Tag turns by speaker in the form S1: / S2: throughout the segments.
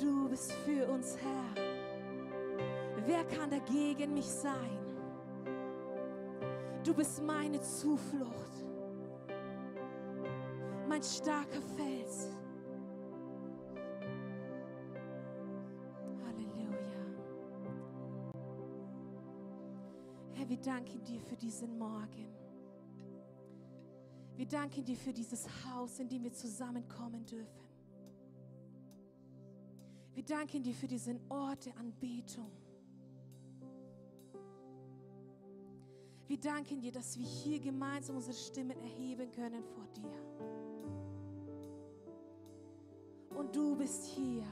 S1: du bist für uns Herr. Wer kann dagegen mich sein? Du bist meine Zuflucht, mein starker Fels. Halleluja. Herr, wir danken dir für diesen Morgen. Wir danken dir für dieses Haus, in dem wir zusammenkommen dürfen. Wir danken dir für diesen Ort der Anbetung. Wir danken dir, dass wir hier gemeinsam unsere Stimmen erheben können vor dir. Und du bist hier.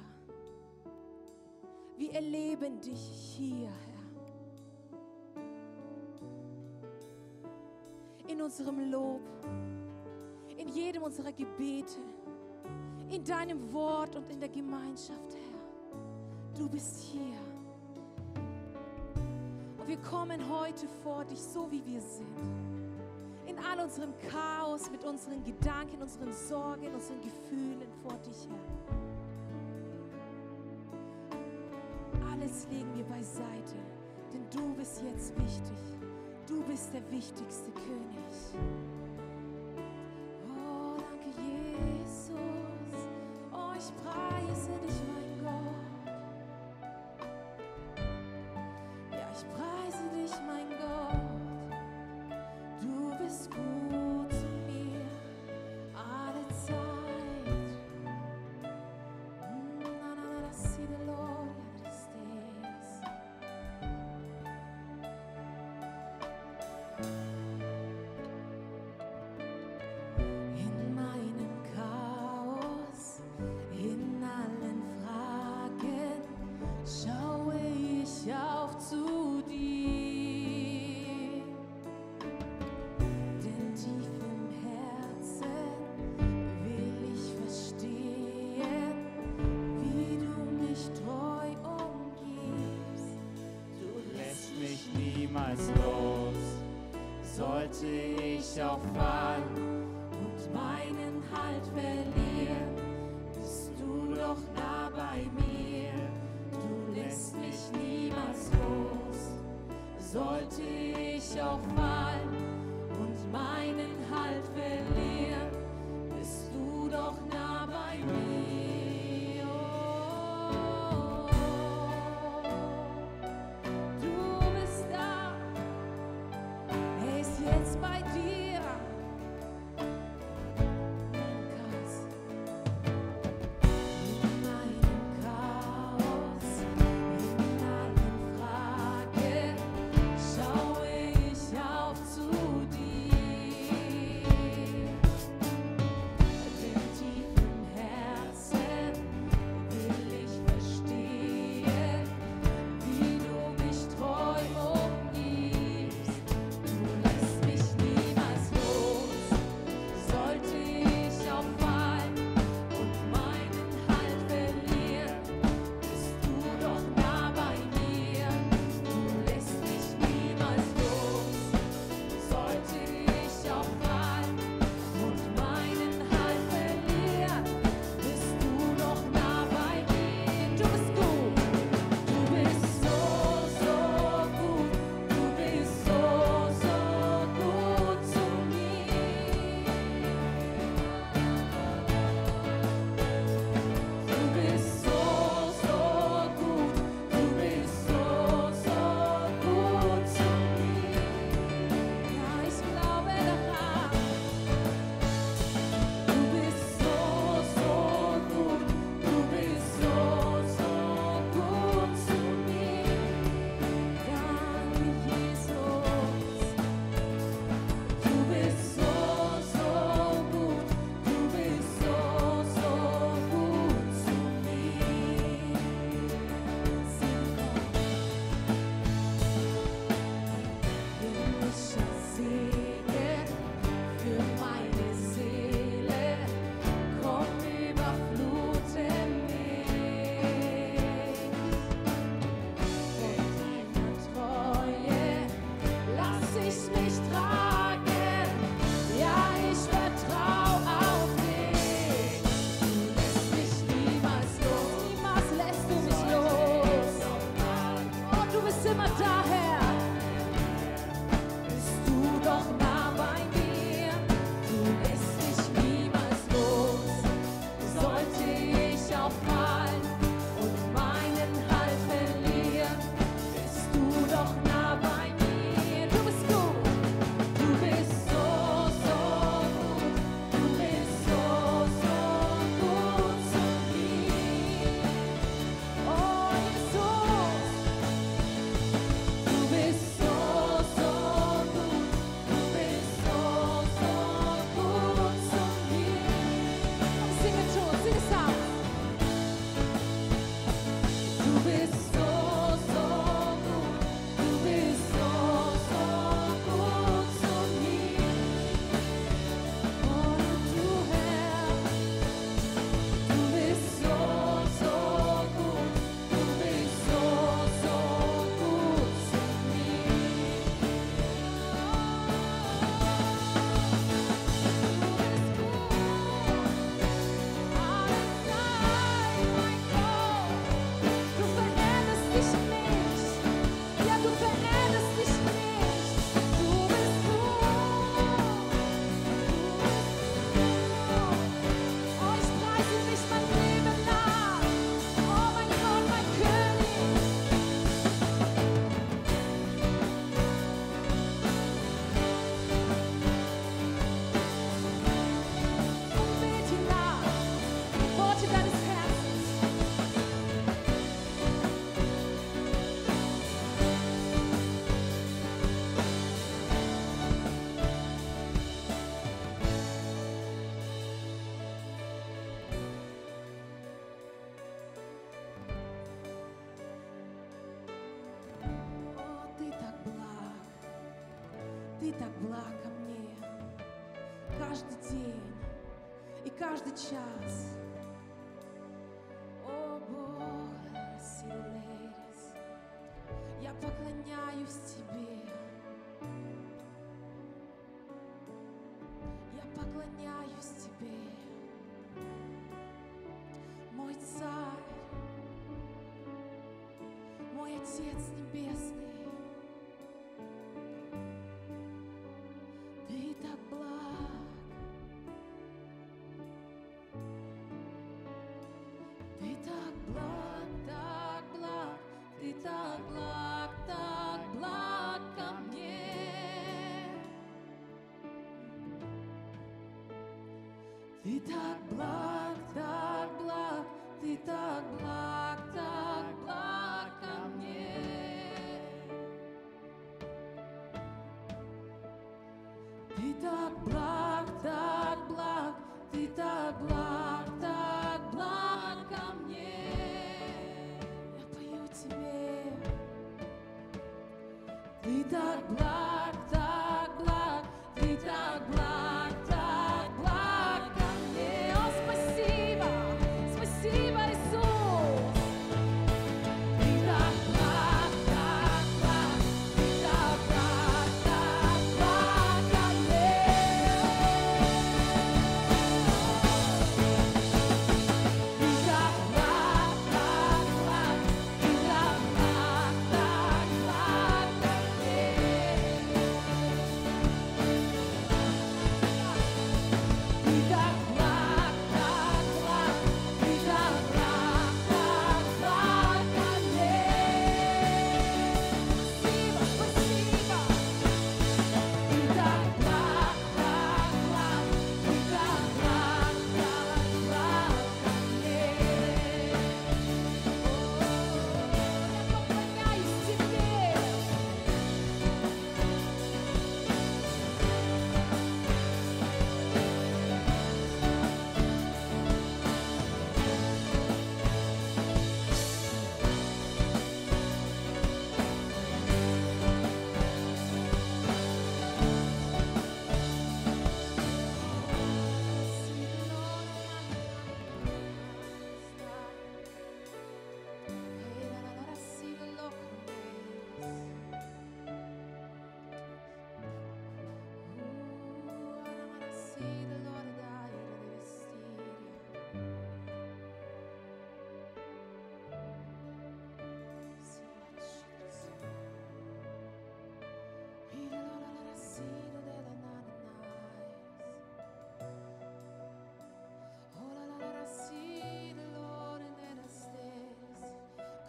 S1: Wir erleben dich hier, Herr. In unserem Lob, in jedem unserer Gebete, in deinem Wort und in der Gemeinschaft, Herr. Du bist hier. Und wir kommen heute vor dich, so wie wir sind. In all unserem Chaos, mit unseren Gedanken, unseren Sorgen, unseren Gefühlen vor dich, Herr. Alles legen wir beiseite, denn du bist jetzt wichtig. Du bist der wichtigste König. Oh, danke, Jesus. Oh, ich preise dich, mein Gott. Ja, ich preise dich, mein Gott. Du bist gut zu mir alle Zeit. Mm, na, na, na, na, see the Lord in these days. In meinem Chaos, in allen Fragen, schaue ich auf zu dir. Denn tief im Herzen will ich verstehen, wie du mich treu umgibst.
S2: Du lässt mich niemals los. Sollte ich auch fallen und meinen Halt verlieren, bist du doch nah bei mir. Du lässt mich niemals los. Sollte ich auch fallen und meinen Halt verlieren, bist du doch nah bei mir. Oh, du bist da,
S1: Er ist jetzt bei dir. Halt Halt Halt Oh, Ты так благ ко мне каждый день и каждый час. О Бог, Силерис, я поклоняюсь Тебе. Я поклоняюсь Тебе, мой Царь, мой Отец Небесный. Ты так благ, ты так благ, так благ, ты так благ, так благ ко мне. Ты так благ, так благ, ты так благ, так благ ко мне. Ты так благ, так благ, ты так благ, так благ ко мне. Я пою тебе. Ты так благ, так благ, ты так благ, так благ ко мне. О, спасибо, спасибо, Иисус. Ты так благ, так благ, ты так благ, так благ ко мне. Ты так благ, так благ, ты так благ, так благ ко мне. Ты так благ, так благ, ты так благ, так благ ко мне. Спасибо, спасибо. Ты так благ, так благ, ты так благ, так благ ко мне. Я поклоняюсь тебе.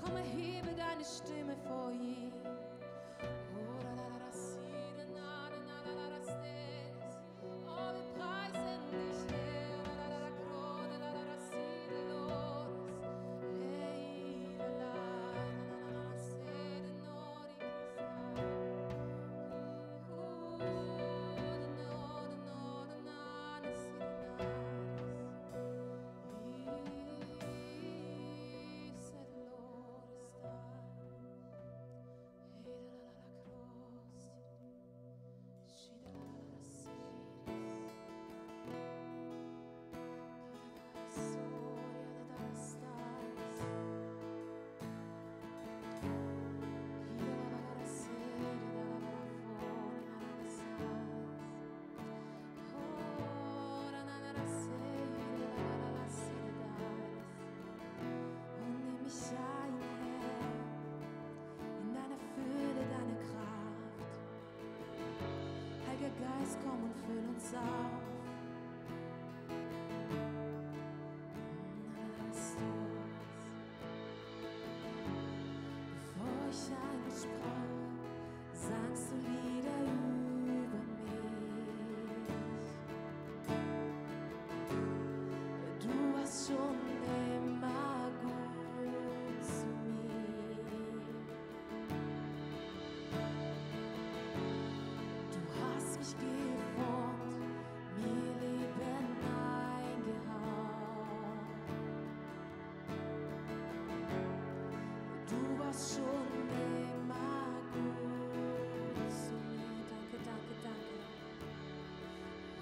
S1: Komme, hebe deine Stimme vor ihm. Oh, la, la, la, la, si, la, na, na, na, la, la, la, stes. Oh, wir preisen dich, Herr. La, la, la, la, Krone, la, la, la, si, de lores. Hey, la, la, la, la, la, la, se, de nori, Christa. Ooh, de no, de no, de na, de si, de nas. Thank you. Und nimm mich ein, Herr, in deiner Fülle, deine Kraft. Heiliger Geist, komm und füll uns auf. Bevor ich einsprach, sangst du Lieder über mich. Du warst schon immer gut zu mir. Du hast mich geformt, mir Leben eingehauen. Du warst schon immer gut zu mir. Danke,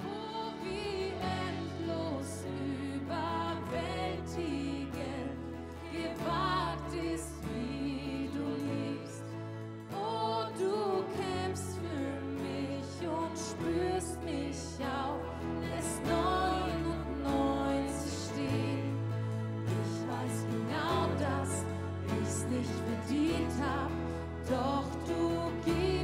S1: Oh, danke, danke. Oh, genau, Oh, Oh,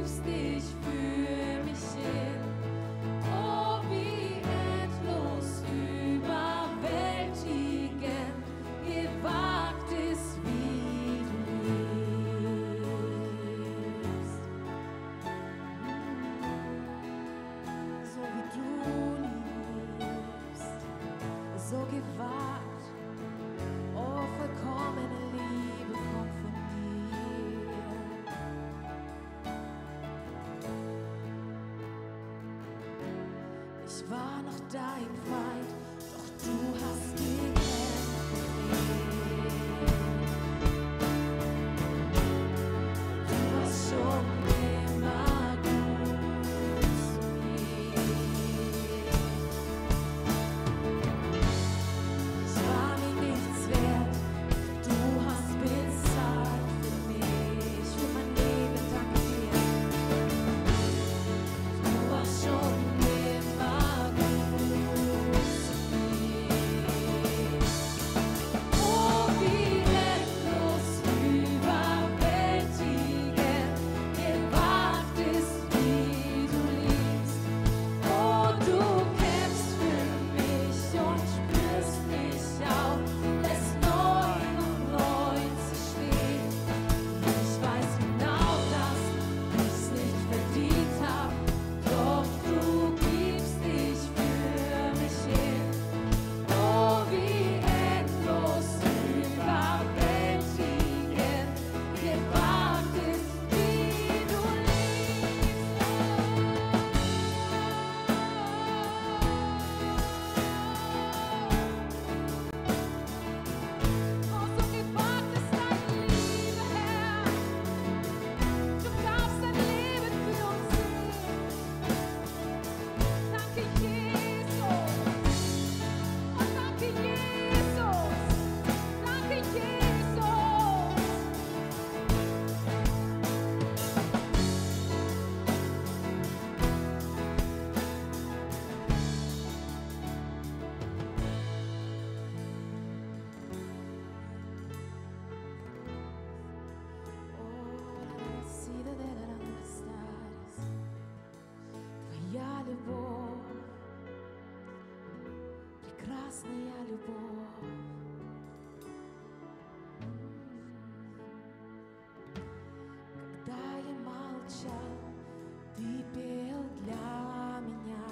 S1: Ich war noch dein Feind, doch du hast gekämpft. Du warst schon immer gut zu mir. Ich war mir nichts wert, du hast bezahlt für mich. Für mein Leben danke dir. Du warst schon immer gut zu mir. Oh, wie endlos überwältigend gewagt ist, wie du liebst. Oh, du kämpfst für mich und spürst mich auf. Lässt 99 stehen. Ich weiß genau, dass ich's nicht verdient hab. Doch du gibst dich für mich hin. Oh, wie endlos überwältigend gewagt ist, wie du liebst. Oh, so gewagt ist deine Liebe, Herr. Du darfst dein Leben für uns sehen. Danke, Jesus. Oh, danke, Jesus. Danke, Jesus. Seated on the stars, твоя любовь, прекрасная любовь. Когда я молчал, ты пел для меня.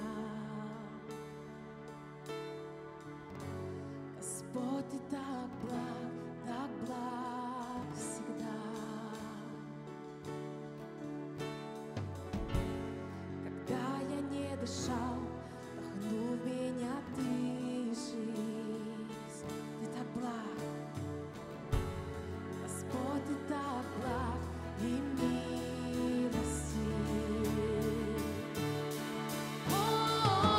S1: Господь, ты так благ, так благ всегда. Когда я не дышал, вдохнул в меня ты жизнь. Ты так благ, Господь, ты так благ и милостив. О,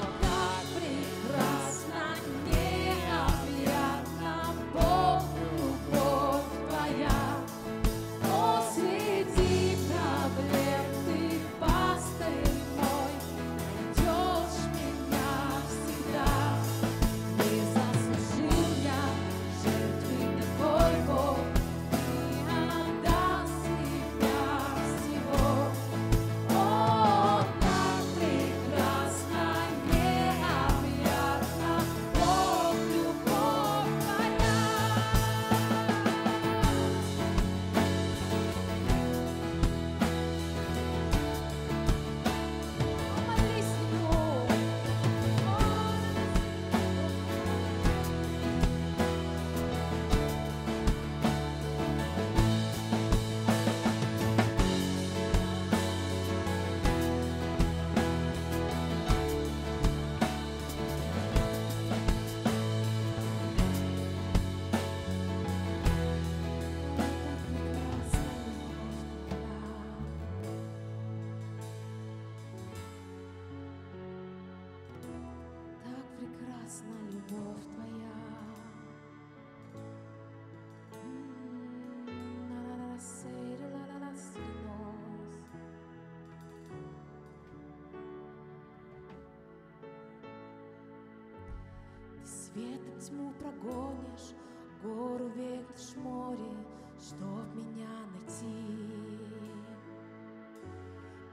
S1: как прекрасно, необъятна Бог, любовь твоя! О, среди проблем ты, пастырь мой, найдешь меня всегда. Не заслужил я жертвы такой Бог, и отдал себя всего. О, как прекрасно, необъятна Бог, любовь твоя! Молись, Бог! Так прекрасна любовь твоя. М, на-на-на, сей, ла-ла-ла, синос. Ты светом тьму прогонишь, гору ветишь море, чтоб меня найти.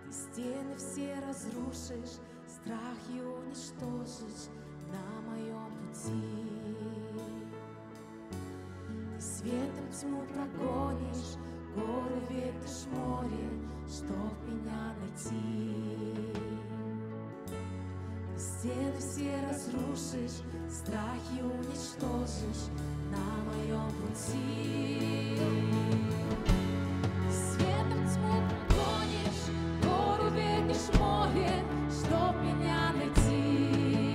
S1: Ты стены все разрушишь, страхи уничтожишь на моем пути. Ты светом тьму прогонишь, горы ветишь море, чтоб меня найти. Ты стены все разрушишь, страхи уничтожишь на моем пути. Светом тьму прогонишь, гору вернешь море, чтоб меня найти.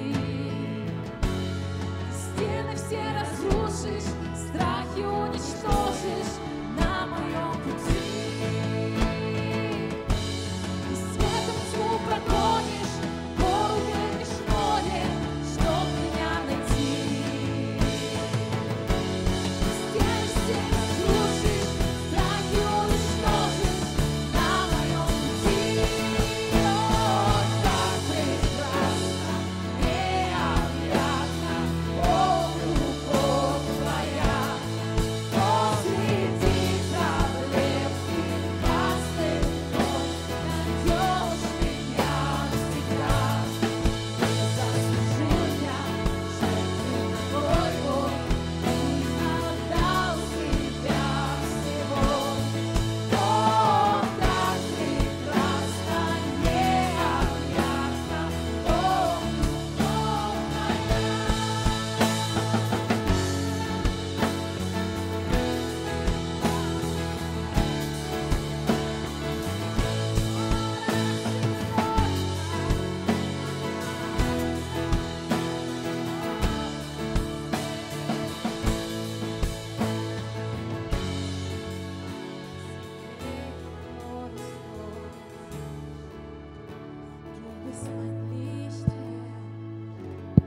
S1: bist mein Licht, Herr,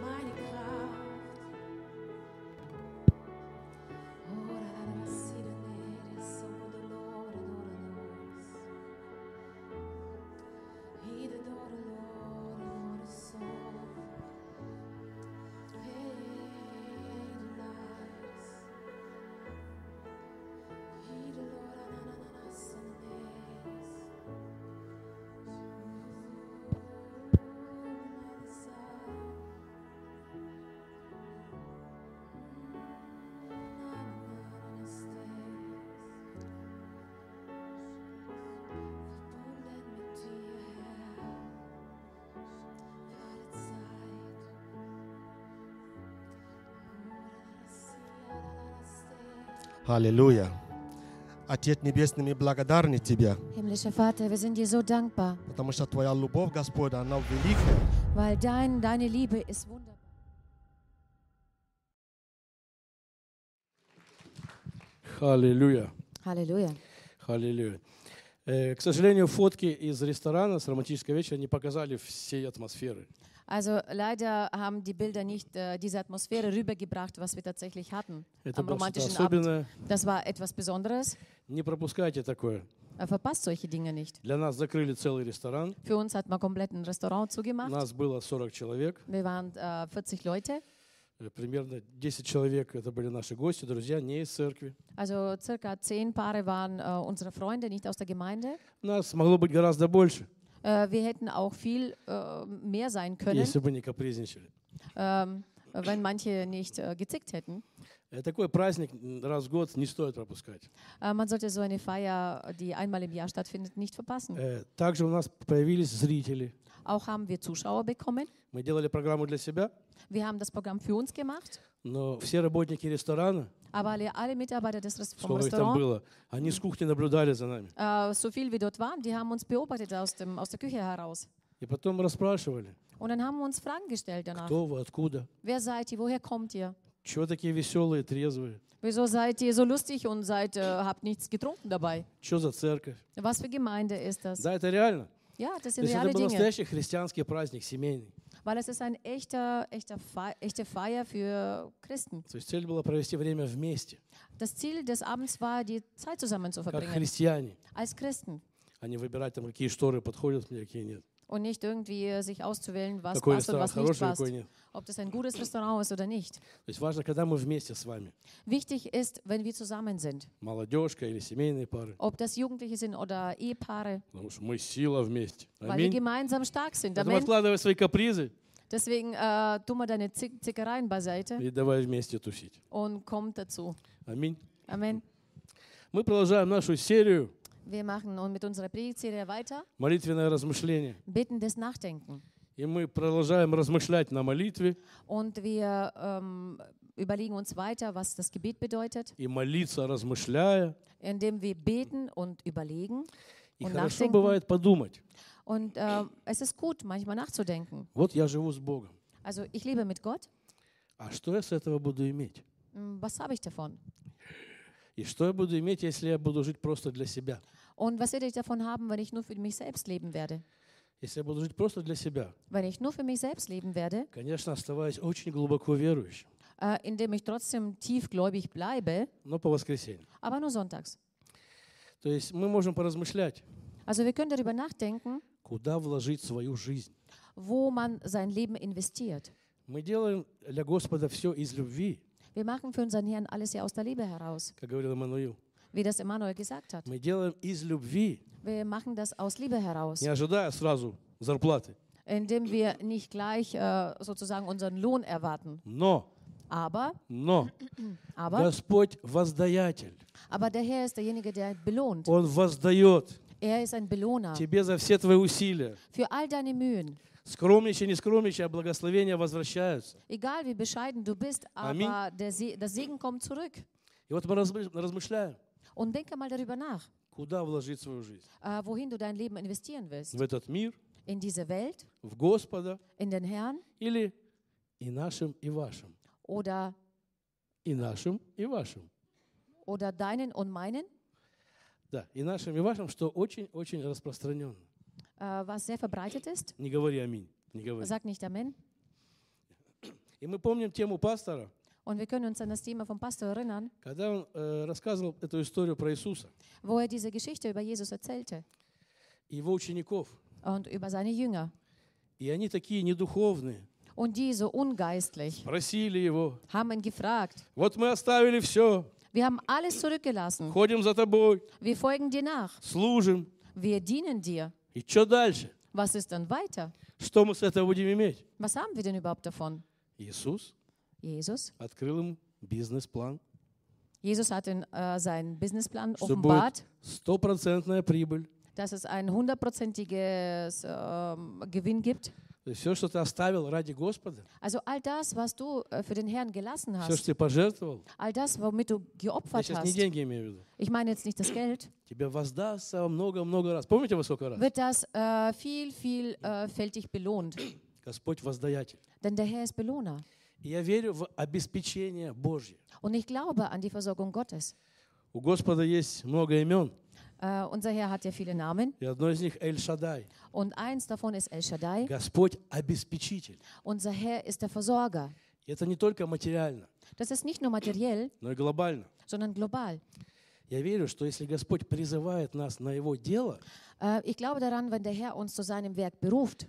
S1: meine Kraft. Ora la la sirene, sono dolore, dolore, Ide dolore, dolore, sono. Zeit.
S3: Аллилуйя. Отец Небесный, мы благодарны Тебе,
S4: Himmlischer Vater, wir sind dir so dankbar,
S3: потому что Твоя любовь, Господь, она великая.
S4: weil dein, deine Liebe ist wunderbar.
S5: Аллилуйя.
S4: Halleluja.
S5: Аллилуйя. Э, К сожалению, фотки из ресторана с романтического вечера не показали всей атмосферы.
S4: Also leider haben die Bilder nicht äh, diese Atmosphäre rübergebracht, was wir tatsächlich hatten
S5: Это
S4: am
S5: было что-то
S4: romantischen Abend.
S5: особенное.
S4: Das war etwas Besonderes.
S5: Не пропускайте такое.
S4: Äh, verpasst solche Dinge nicht.
S5: Для нас закрыли целый ресторан.
S4: Für uns hat man komplett ein Restaurant zugemacht.
S5: Нас было 40 человек.
S4: Wir waren äh, 40 Leute,
S5: Э, Примерно 10 человек это были наши гости, друзья, не из церкви.
S4: also circa 10 Paare waren äh, unsere Freunde, nicht aus der Gemeinde.
S5: Нас могло быть гораздо больше,
S4: Äh, wir hätten auch viel äh, mehr sein können,
S5: если бы не капризничали.
S4: ähm, wenn manche nicht äh, gezickt hätten.
S5: Э, Такой праздник м, раз в год не стоит пропускать.
S4: Äh, man sollte so eine Feier, die einmal im Jahr stattfindet, nicht verpassen.
S5: Э, Также у нас появились зрители.
S4: Auch haben wir Zuschauer bekommen.
S5: Мы делали программу для себя,
S4: Wir haben das Programm für uns gemacht,
S5: но все работники ресторана,
S4: aber alle, alle Mitarbeiter des Rest vom
S5: сколько их
S4: Restaurant,
S5: там было, они с кухни наблюдали за нами.
S4: äh, so viel wir dort waren, die haben uns beobachtet aus, dem, aus der Küche heraus.
S5: И потом расспрашивали,
S4: Und dann haben wir uns Fragen gestellt danach.
S5: кто вы, откуда,
S4: Wer seid ihr? Woher kommt ihr?
S5: чего такие веселые, трезвые,
S4: Wieso seid ihr so lustig und seid, äh, habt nichts getrunken dabei?
S5: что за церковь.
S4: Was für Gemeinde ist das?
S5: Да, это реально.
S4: Ja, das sind
S5: То есть это
S4: reale
S5: был
S4: Dinge,
S5: настоящий христианский праздник, семейный.
S4: weil es ist ein echter, echter Fe echte Feier für Christen.
S5: То есть цель была провести время вместе,
S4: Das Ziel des Abends war, die Zeit zusammen zu
S5: как
S4: verbringen,
S5: христиане,
S4: als Christen.
S5: а не выбирать там, какие шторы подходят мне, какие нет.
S4: Und nicht irgendwie äh, sich auszuwählen, was
S5: Какой
S4: passt und
S5: ресторан
S4: was nicht
S5: хороший,
S4: passt.
S5: какой нет.
S4: Ob das ein gutes Restaurant ist oder nicht.
S5: То есть важно, когда мы вместе с вами,
S4: Wichtig ist, wenn wir zusammen sind.
S5: молодежка или семейные пары,
S4: Ob das Jugendliche sind oder Ehepaare,
S5: потому что мы сила вместе.
S4: weil wir
S5: Аминь.
S4: gemeinsam stark sind.
S5: Поэтому
S4: Amen.
S5: откладывай свои капризы
S4: Deswegen äh, tu mal deine Zick Zickereien beiseite
S5: и давай вместе тусить.
S4: und komm dazu.
S5: Аминь.
S4: Amen.
S5: Мы продолжаем нашу серию
S4: Wir machen nun mit unserer Predigtserie weiter.
S5: «Молитвенное размышление».
S4: Bettendes Nachdenken.
S5: И мы продолжаем размышлять на молитве
S4: Und wir ähm, überlegen uns weiter, was das Gebet bedeutet,
S5: и молиться, размышляя.
S4: indem wir beten und überlegen.
S5: И
S4: Und
S5: хорошо
S4: nachdenken.
S5: бывает подумать.
S4: Und äh, es ist gut, manchmal nachzudenken.
S5: Вот я живу с Богом.
S4: Also ich lebe mit Gott.
S5: А что я с этого буду иметь?
S4: Hm, Was habe ich davon?
S5: И что я буду иметь, если я буду жить просто для себя?
S4: Und was werde ich davon haben, wenn ich nur für mich selbst leben werde?
S5: Если я буду жить просто для себя,
S4: Wenn ich nur für mich selbst leben werde,
S5: конечно, оставаясь очень глубоко верующим,
S4: äh, indem ich trotzdem tiefgläubig bleibe,
S5: но по воскресеньям.
S4: aber nur sonntags.
S5: То есть мы можем поразмышлять,
S4: Also wir können darüber nachdenken,
S5: куда вложить свою жизнь.
S4: wo man sein Leben investiert.
S5: Мы делаем для Господа все из любви,
S4: Wir machen für unseren Herrn alles ja aus der Liebe heraus,
S5: как говорил Эммануил.
S4: wie das Emanuel gesagt hat.
S5: Мы делаем из любви,
S4: Wir machen das aus Liebe heraus,
S5: не ожидая сразу зарплаты.
S4: indem wir nicht gleich äh, sozusagen unseren Lohn erwarten.
S5: Но,
S4: Aber,
S5: но
S4: aber,
S5: Господь воздаятель.
S4: aber der Herr ist derjenige, der belohnt.
S5: Он воздает
S4: Er ist ein Belohner
S5: тебе за все твои усилия.
S4: für all deine Mühen.
S5: Скромничай, не скромничай, а благословения возвращаются.
S4: Egal wie bescheiden du bist,
S5: Amen.
S4: aber der Se das Segen kommt zurück.
S5: И вот мы размы- размышляем,
S4: Und denke mal darüber nach,
S5: куда вложить свою жизнь.
S4: äh, wohin du dein Leben investieren willst.
S5: В этот мир,
S4: In diese Welt,
S5: в Господа
S4: in den Herrn
S5: или и нашим, и вашим.
S4: oder,
S5: И нашим, и вашим.
S4: oder deinen und meinen.
S5: Да, и нашим, и вашим, что очень-очень распространенно.
S4: äh, was sehr verbreitet ist.
S5: Не говори аминь. Не говори.
S4: Sag nicht Amen.
S5: И мы помним тему пастора,
S4: Und wir können uns an das Thema vom Pastor erinnern,
S5: когда он э, рассказывал эту историю про Иисуса
S4: wo er diese Geschichte über Jesus erzählte
S5: и его учеников.
S4: und über seine Jünger.
S5: И они такие недуховные.
S4: Und die so ungeistlich
S5: Просили его,
S4: haben ihn gefragt,
S5: вот мы оставили все,
S4: wir haben alles zurückgelassen,
S5: ходим за тобой,
S4: wir folgen dir nach,
S5: служим.
S4: wir dienen dir.
S5: И что дальше?
S4: Was ist dann weiter?
S5: Что мы с этого будем иметь?
S4: Was haben wir denn überhaupt davon?
S5: Иисус
S4: Jesus.
S5: открыл им бизнес-план,
S4: Jesus hat in, äh, seinen Businessplan
S5: что
S4: offenbart,
S5: будет стопроцентная прибыль.
S4: dass es ein hundertprozentiges ähm, Gewinn gibt.
S5: То есть все, что ты оставил ради Господа,
S4: Also all das, was du äh, für den Herrn gelassen
S5: все, что
S4: hast,
S5: ты pожертвовал,
S4: all das, womit du
S5: я
S4: geopfert
S5: сейчас не
S4: hast,
S5: деньги имею в виду,
S4: ich meine jetzt nicht das Geld,
S5: тебе воздастся во много-много раз. Помните во сколько раз?
S4: wird das äh, viel, viel äh, fältig belohnt.
S5: Господь воздаятель.
S4: Denn der Herr ist Belohner.
S5: И я верю в обеспечение Божье.
S4: Und ich glaube an die Versorgung Gottes.
S5: У Господа есть много имен,
S4: Äh, unser Herr hat ja viele Namen
S5: и одно из них Эль-Шадай.
S4: und eins davon ist El Shaddai.
S5: Господь обеспечитель.
S4: Unser Herr ist der Versorger.
S5: И это не только материально,
S4: Das ist nicht nur materiell,
S5: но и глобально.
S4: sondern global.
S5: Я верю, что если Господь призывает нас на Его дело,
S4: Äh, ich glaube daran, wenn der Herr uns zu seinem Werk beruft,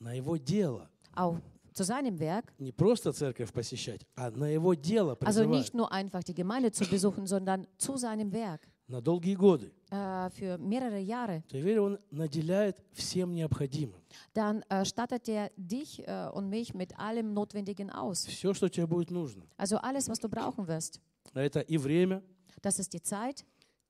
S5: на Его дело,
S4: auch zu seinem Werk,
S5: не просто церковь посещать, а на Его дело
S4: also
S5: призывает
S4: nicht nur einfach die Gemeinde zu besuchen, sondern zu seinem Werk
S5: на долгие годы,
S4: äh, für mehrere Jahre,
S5: то я верю, Он наделяет всем необходимым.
S4: dann äh, stattet er dich äh, und mich mit allem Notwendigen aus.
S5: Все, что тебе будет нужно.
S4: Also alles, was du brauchen wirst.
S5: А Это и время,
S4: Das ist die Zeit,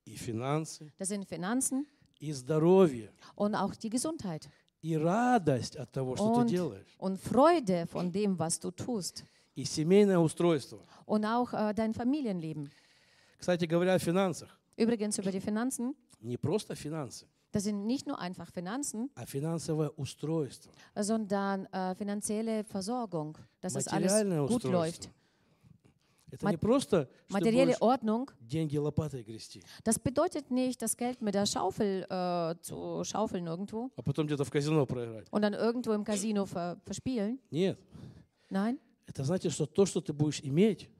S5: и финансы,
S4: das sind Finanzen
S5: и здоровье,
S4: und auch die Gesundheit.
S5: и радость от того, что ты
S4: Und,
S5: делаешь,
S4: und Freude von dem, was du tust.
S5: и семейное устройство.
S4: Und auch äh, dein Familienleben.
S5: Кстати говоря, о финансах.
S4: Übrigens über die Finanzen.
S5: Не просто финансы,
S4: Das sind nicht nur einfach Finanzen,
S5: а финансовое устройство.
S4: sondern äh, finanzielle Versorgung, dass es alles
S5: Материальное
S4: gut läuft.
S5: устройство. Это не просто, что ты
S4: Materielle
S5: будешь
S4: Ordnung,
S5: деньги лопатой грести,
S4: das bedeutet nicht, das Geld mit der Schaufel äh, zu schaufeln irgendwo
S5: а потом где-то в казино проиграть.
S4: und dann irgendwo im Casino ver verspielen.
S5: Нет.
S4: Nein,
S5: Это значит, что то, что ты будешь иметь,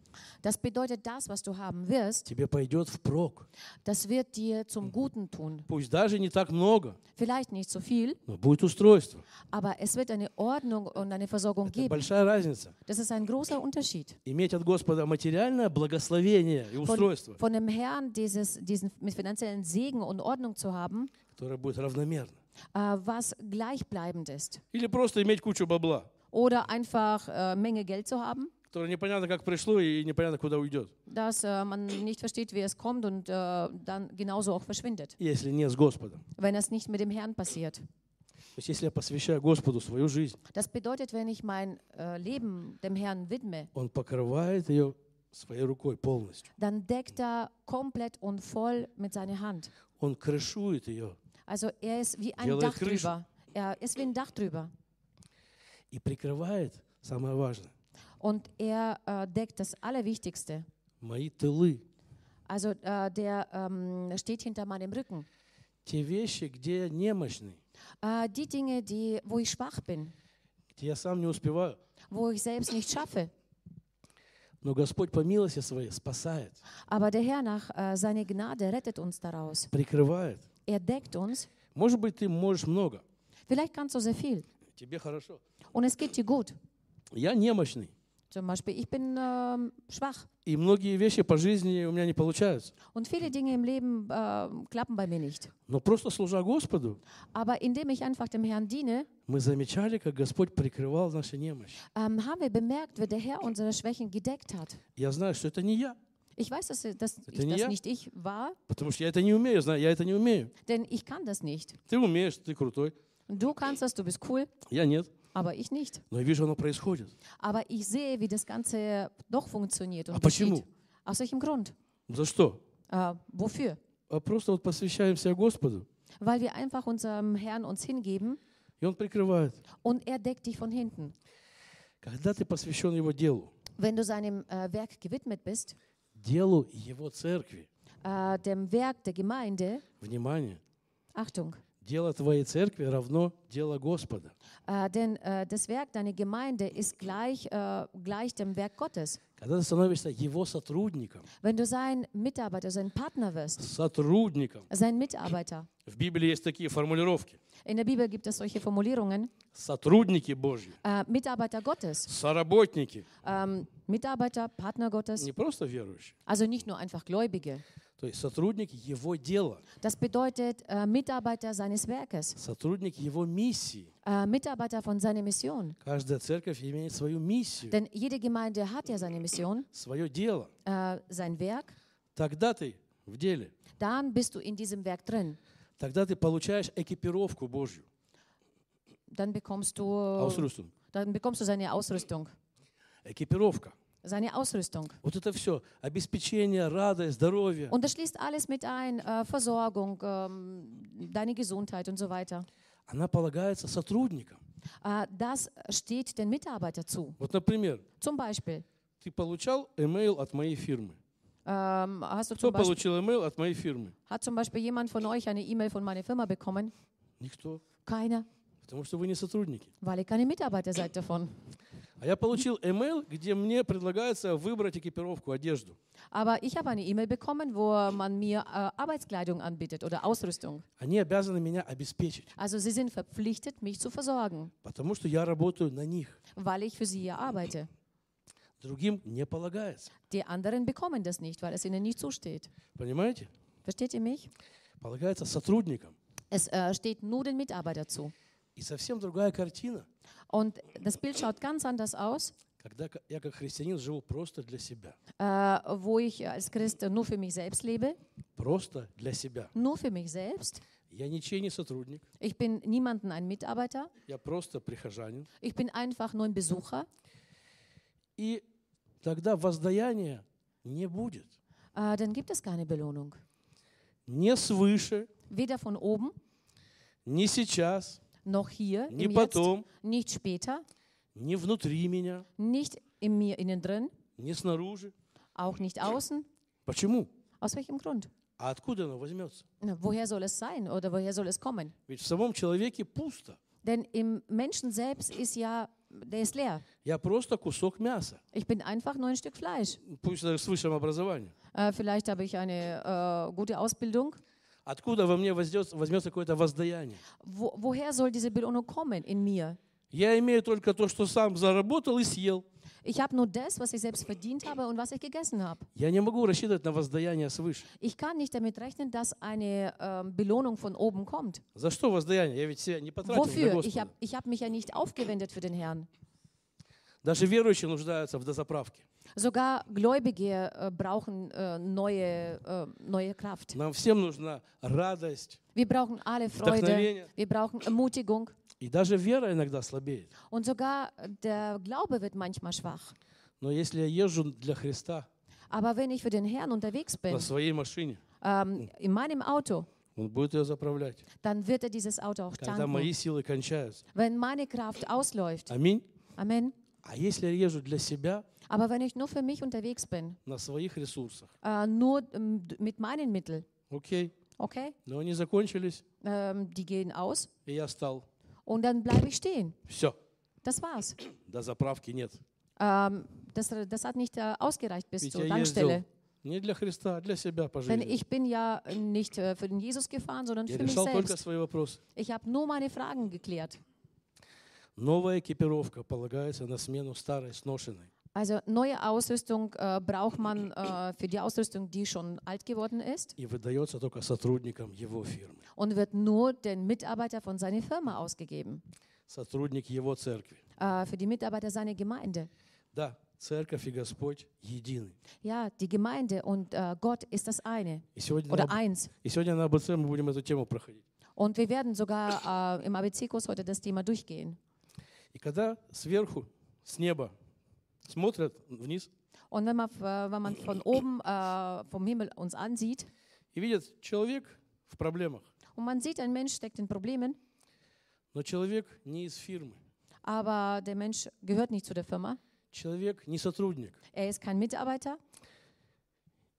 S4: das bedeutet, das, was du haben wirst,
S5: тебе пойдет впрок.
S4: das wird dir zum Guten tun.
S5: Пусть даже не так много,
S4: Vielleicht nicht so viel,
S5: но будет устройство.
S4: aber es wird eine Ordnung und eine Versorgung
S5: Это
S4: geben.
S5: большая разница.
S4: Das ist ein großer Unterschied.
S5: Иметь от Господа материальное благословение и
S4: von,
S5: устройство,
S4: von dem Herrn dieses, diesen mit finanziellen Segen und Ordnung zu haben,
S5: которое будет равномерно.
S4: äh, was gleichbleibend ist.
S5: Или просто иметь кучу бабла,
S4: Oder einfach äh, Menge Geld zu haben,
S5: которое непонятно как пришло и непонятно куда уйдет,
S4: dass äh, man nicht versteht, wie es kommt und äh, dann genauso auch verschwindet,
S5: если не с Господом.
S4: wenn das nicht mit dem Herrn passiert.
S5: То есть если я посвящаю Господу свою жизнь,
S4: Das bedeutet, wenn ich mein äh, Leben dem Herrn widme,
S5: Он покрывает ее своей рукой полностью.
S4: dann deckt er komplett und voll mit seiner Hand.
S5: Он крышует ее
S4: Also er ist wie ein
S5: Делает
S4: Dach
S5: крышу.
S4: drüber. Er ist wie ein Dach drüber.
S5: и прикрывает, самое важное,
S4: Und er äh, deckt das Allerwichtigste.
S5: мои тылы,
S4: Also äh, der ähm, steht hinter meinem Rücken.
S5: те вещи, где я немощный,
S4: Äh, die Dinge, die, wo ich schwach bin,
S5: где я сам не успеваю.
S4: wo ich selbst nicht schaffe.
S5: Но Господь по милости своей спасает,
S4: Aber der Herr nach äh, seiner Gnade rettet uns daraus.
S5: прикрывает.
S4: Er deckt uns.
S5: Может быть, ты можешь много,
S4: Vielleicht kannst du sehr viel
S5: тебе хорошо.
S4: und es geht dir gut.
S5: Я немощный,
S4: Zum Beispiel, ich bin ähm, schwach
S5: и многие вещи по жизни у меня не получаются.
S4: und viele Dinge im Leben äh, klappen bei mir nicht.
S5: Но просто служа Господу,
S4: Aber indem ich einfach dem Herrn diene,
S5: мы замечали, как Господь прикрывал наши немощи.
S4: ähm, haben wir bemerkt, wie der Herr unsere Schwächen gedeckt hat.
S5: Я знаю, что это не я,
S4: Ich weiß, dass, dass, ich,
S5: nie
S4: dass
S5: ja?
S4: nicht ich war,
S5: потому что я это не умею, знаю, я это не умею.
S4: denn ich kann das nicht.
S5: Ты умеешь, ты крутой,
S4: Und du kannst das, du bist cool,
S5: я нет.
S4: aber ich nicht.
S5: Но я вижу, оно происходит.
S4: Aber ich sehe, wie das Ganze doch funktioniert. Und
S5: Aber почему?
S4: geschieht. Aus welchem Grund?
S5: За что?
S4: Äh, wofür?
S5: А просто вот посвящаемся Господу,
S4: Weil wir einfach unserem Herrn uns hingeben
S5: и Он прикрывает.
S4: und er deckt dich von hinten.
S5: Когда ты посвящен Его делу,
S4: Wenn du seinem äh, Werk gewidmet bist,
S5: делу Его церкви,
S4: äh, dem Werk der Gemeinde,
S5: внимание,
S4: Achtung,
S5: Дело твоей церкви равно дело Господа.
S4: Äh, denn äh, das Werk deiner Gemeinde ist gleich, äh, gleich dem Werk Gottes.
S5: Когда ты становишься его сотрудником,
S4: Wenn du sein Mitarbeiter, sein Partner wirst,
S5: сотрудником.
S4: sein Mitarbeiter.
S5: В Библии есть такие формулировки.
S4: In der Bibel gibt es solche Formulierungen.
S5: Сотрудники Божьи,
S4: Äh, Mitarbeiter Gottes,
S5: соработники,
S4: ähm, Mitarbeiter, Partner Gottes,
S5: не просто верующие.
S4: also nicht nur einfach Gläubige.
S5: То есть сотрудник его дела,
S4: Das bedeutet äh, Mitarbeiter seines Werkes,
S5: сотрудник его миссии.
S4: äh, Mitarbeiter von seiner Mission.
S5: Каждая церковь имеет свою миссию,
S4: Denn jede Gemeinde hat ja seine Mission,
S5: свое дело.
S4: äh, sein Werk.
S5: Тогда ты в деле.
S4: Dann bist du in diesem Werk drin.
S5: Тогда ты получаешь экипировку Божью.
S4: Dann bekommst du,
S5: Ausrüstung.
S4: dann bekommst du seine Ausrüstung.
S5: Экипировка.
S4: Seine Ausrüstung.
S5: Вот это все. Обеспечение, радость, здоровье.
S4: Und das schließt alles mit ein, äh, Versorgung, ähm, deine Gesundheit und so weiter.
S5: Она полагается сотрудникам.
S4: Äh, das steht den Mitarbeiter zu.
S5: Вот, например,
S4: Zum Beispiel,
S5: ты получал имейл от моей фирмы.
S4: ähm, hast du
S5: Кто
S4: zum Beispiel,
S5: получил имейл от моей фирмы?
S4: hat zum Beispiel jemand von euch eine E-Mail von meiner Firma bekommen?
S5: Никто.
S4: Keiner,
S5: Потому что вы не сотрудники.
S4: weil ihr keine Mitarbeiter seid davon.
S5: А я получил имейл, где мне предлагается выбрать экипировку, одежду.
S4: Aber ich habe eine E-Mail bekommen, wo man mir äh, Arbeitskleidung anbietet oder Ausrüstung.
S5: Они обязаны меня обеспечить,
S4: Also sie sind verpflichtet, mich zu versorgen,
S5: потому что я работаю на них.
S4: weil ich für sie ja arbeite.
S5: Другим не полагается.
S4: Die anderen bekommen das nicht, weil es ihnen nicht zusteht.
S5: Понимаете?
S4: Versteht ihr mich?
S5: Полагается сотрудникам.
S4: Es äh, steht nur den Mitarbeiter zu.
S5: И совсем другая картина,
S4: Und das Bild schaut ganz anders aus,
S5: когда к- я как христианин живу просто для себя.
S4: äh, wo ich als Christ nur für mich selbst lebe,
S5: Просто для себя.
S4: nur für mich selbst.
S5: Я ничей не сотрудник,
S4: Ich bin niemanden ein Mitarbeiter,
S5: я просто прихожанин.
S4: ich bin einfach nur ein Besucher.
S5: И тогда воздаяния не будет.
S4: Äh, dann gibt es keine Belohnung.
S5: Не свыше,
S4: Weder von oben
S5: не сейчас,
S4: noch hier,
S5: не
S4: im Jetzt,
S5: потом,
S4: nicht später,
S5: не внутри меня,
S4: nicht in mir innen drin,
S5: не снаружи.
S4: auch nicht außen.
S5: Почему?
S4: Aus welchem Grund?
S5: А откуда оно возьмется?
S4: Na, Woher soll es sein oder woher soll es kommen?
S5: Ведь в самом человеке пусто.
S4: Denn im Menschen selbst ist ja, der ist leer.
S5: Я просто кусок мяса,
S4: Ich bin einfach nur ein Stück Fleisch.
S5: пусть даже с высшим образованием.
S4: Äh, vielleicht habe ich eine äh, gute Ausbildung.
S5: Откуда во мне возьмется, возьмется какое-то воздаяние?
S4: Wo, woher soll diese Belohnung kommen in mir?
S5: Я имею только то, что сам заработал и съел.
S4: Ich habe nur das, was ich selbst verdient habe und was ich gegessen habe.
S5: Я не могу рассчитывать на воздаяние свыше.
S4: Ich kann nicht damit rechnen, dass eine ähm, Belohnung von oben kommt.
S5: За что воздаяние? Я ведь себя не потратил для
S4: Wofür? Ich
S5: Господа.
S4: habe ich hab mich ja nicht aufgewendet für den Herrn.
S5: Даже верующие нуждаются в дозаправке.
S4: Sogar Gläubige äh, brauchen äh, neue, äh, neue Kraft.
S5: Нам всем нужна радость.
S4: Wir brauchen alle Freude,
S5: Вдохновение.
S4: wir brauchen Ermutigung
S5: И даже вера иногда слабеет.
S4: und sogar der Glaube wird manchmal schwach.
S5: Но если я езжу для Христа
S4: Aber wenn ich für den Herrn unterwegs bin,
S5: на своей машине,
S4: ähm, in meinem Auto,
S5: Он будет ее заправлять,
S4: dann wird er dieses Auto auch
S5: когда мои
S4: tanken,
S5: силы кончаются.
S4: wenn meine Kraft ausläuft.
S5: Аминь.
S4: Amen.
S5: А если я езжу для себя
S4: Aber wenn ich nur für mich unterwegs bin,
S5: на своих ресурсах,
S4: äh, nur ähm, d- mit meinen Mitteln,
S5: окей,
S4: okay,
S5: но они закончились,
S4: ähm, die gehen aus
S5: и я стал.
S4: und dann bleibe ich stehen.
S5: Все,
S4: Das war's.
S5: до заправки нет.
S4: Ähm, das, das hat nicht äh, ausgereicht bis
S5: Ведь
S4: zur
S5: я ездил
S4: Tankstelle.
S5: не для Христа, а для себя по
S4: Denn
S5: жизни.
S4: ich bin ja nicht äh, für den Jesus gefahren, sondern
S5: Я
S4: für mich
S5: решал только
S4: selbst.
S5: свои вопросы.
S4: Ich habe nur meine Fragen geklärt.
S5: Новая экипировка полагается на смену старой сношенной.
S4: Also neue Ausrüstung äh, braucht man äh, für die Ausrüstung, die schon alt geworden ist
S5: и выдается только сотрудникам его фирмы,
S4: und wird nur den Mitarbeiter von seiner Firma ausgegeben,
S5: сотрудник его церкви.
S4: äh, für die Mitarbeiter seiner Gemeinde.
S5: Да, церковь и Господь едины.
S4: Ja, die Gemeinde und äh, Gott ist das eine
S5: И сегодня,
S4: oder
S5: на,
S4: eins.
S5: и сегодня на АБЦ мы будем эту тему проходить.
S4: Und wir werden sogar äh, im ABC-Kurs heute das Thema durchgehen.
S5: И когда сверху, с неба, смотрят вниз
S4: Und wenn man, äh, wenn man von oben äh, vom Himmel uns ansieht
S5: и видят, человек в проблемах,
S4: und man sieht, ein Mensch steckt in Problemen,
S5: но человек не из фирмы,
S4: aber der Mensch gehört nicht zu der Firma.
S5: человек не сотрудник.
S4: Er ist kein Mitarbeiter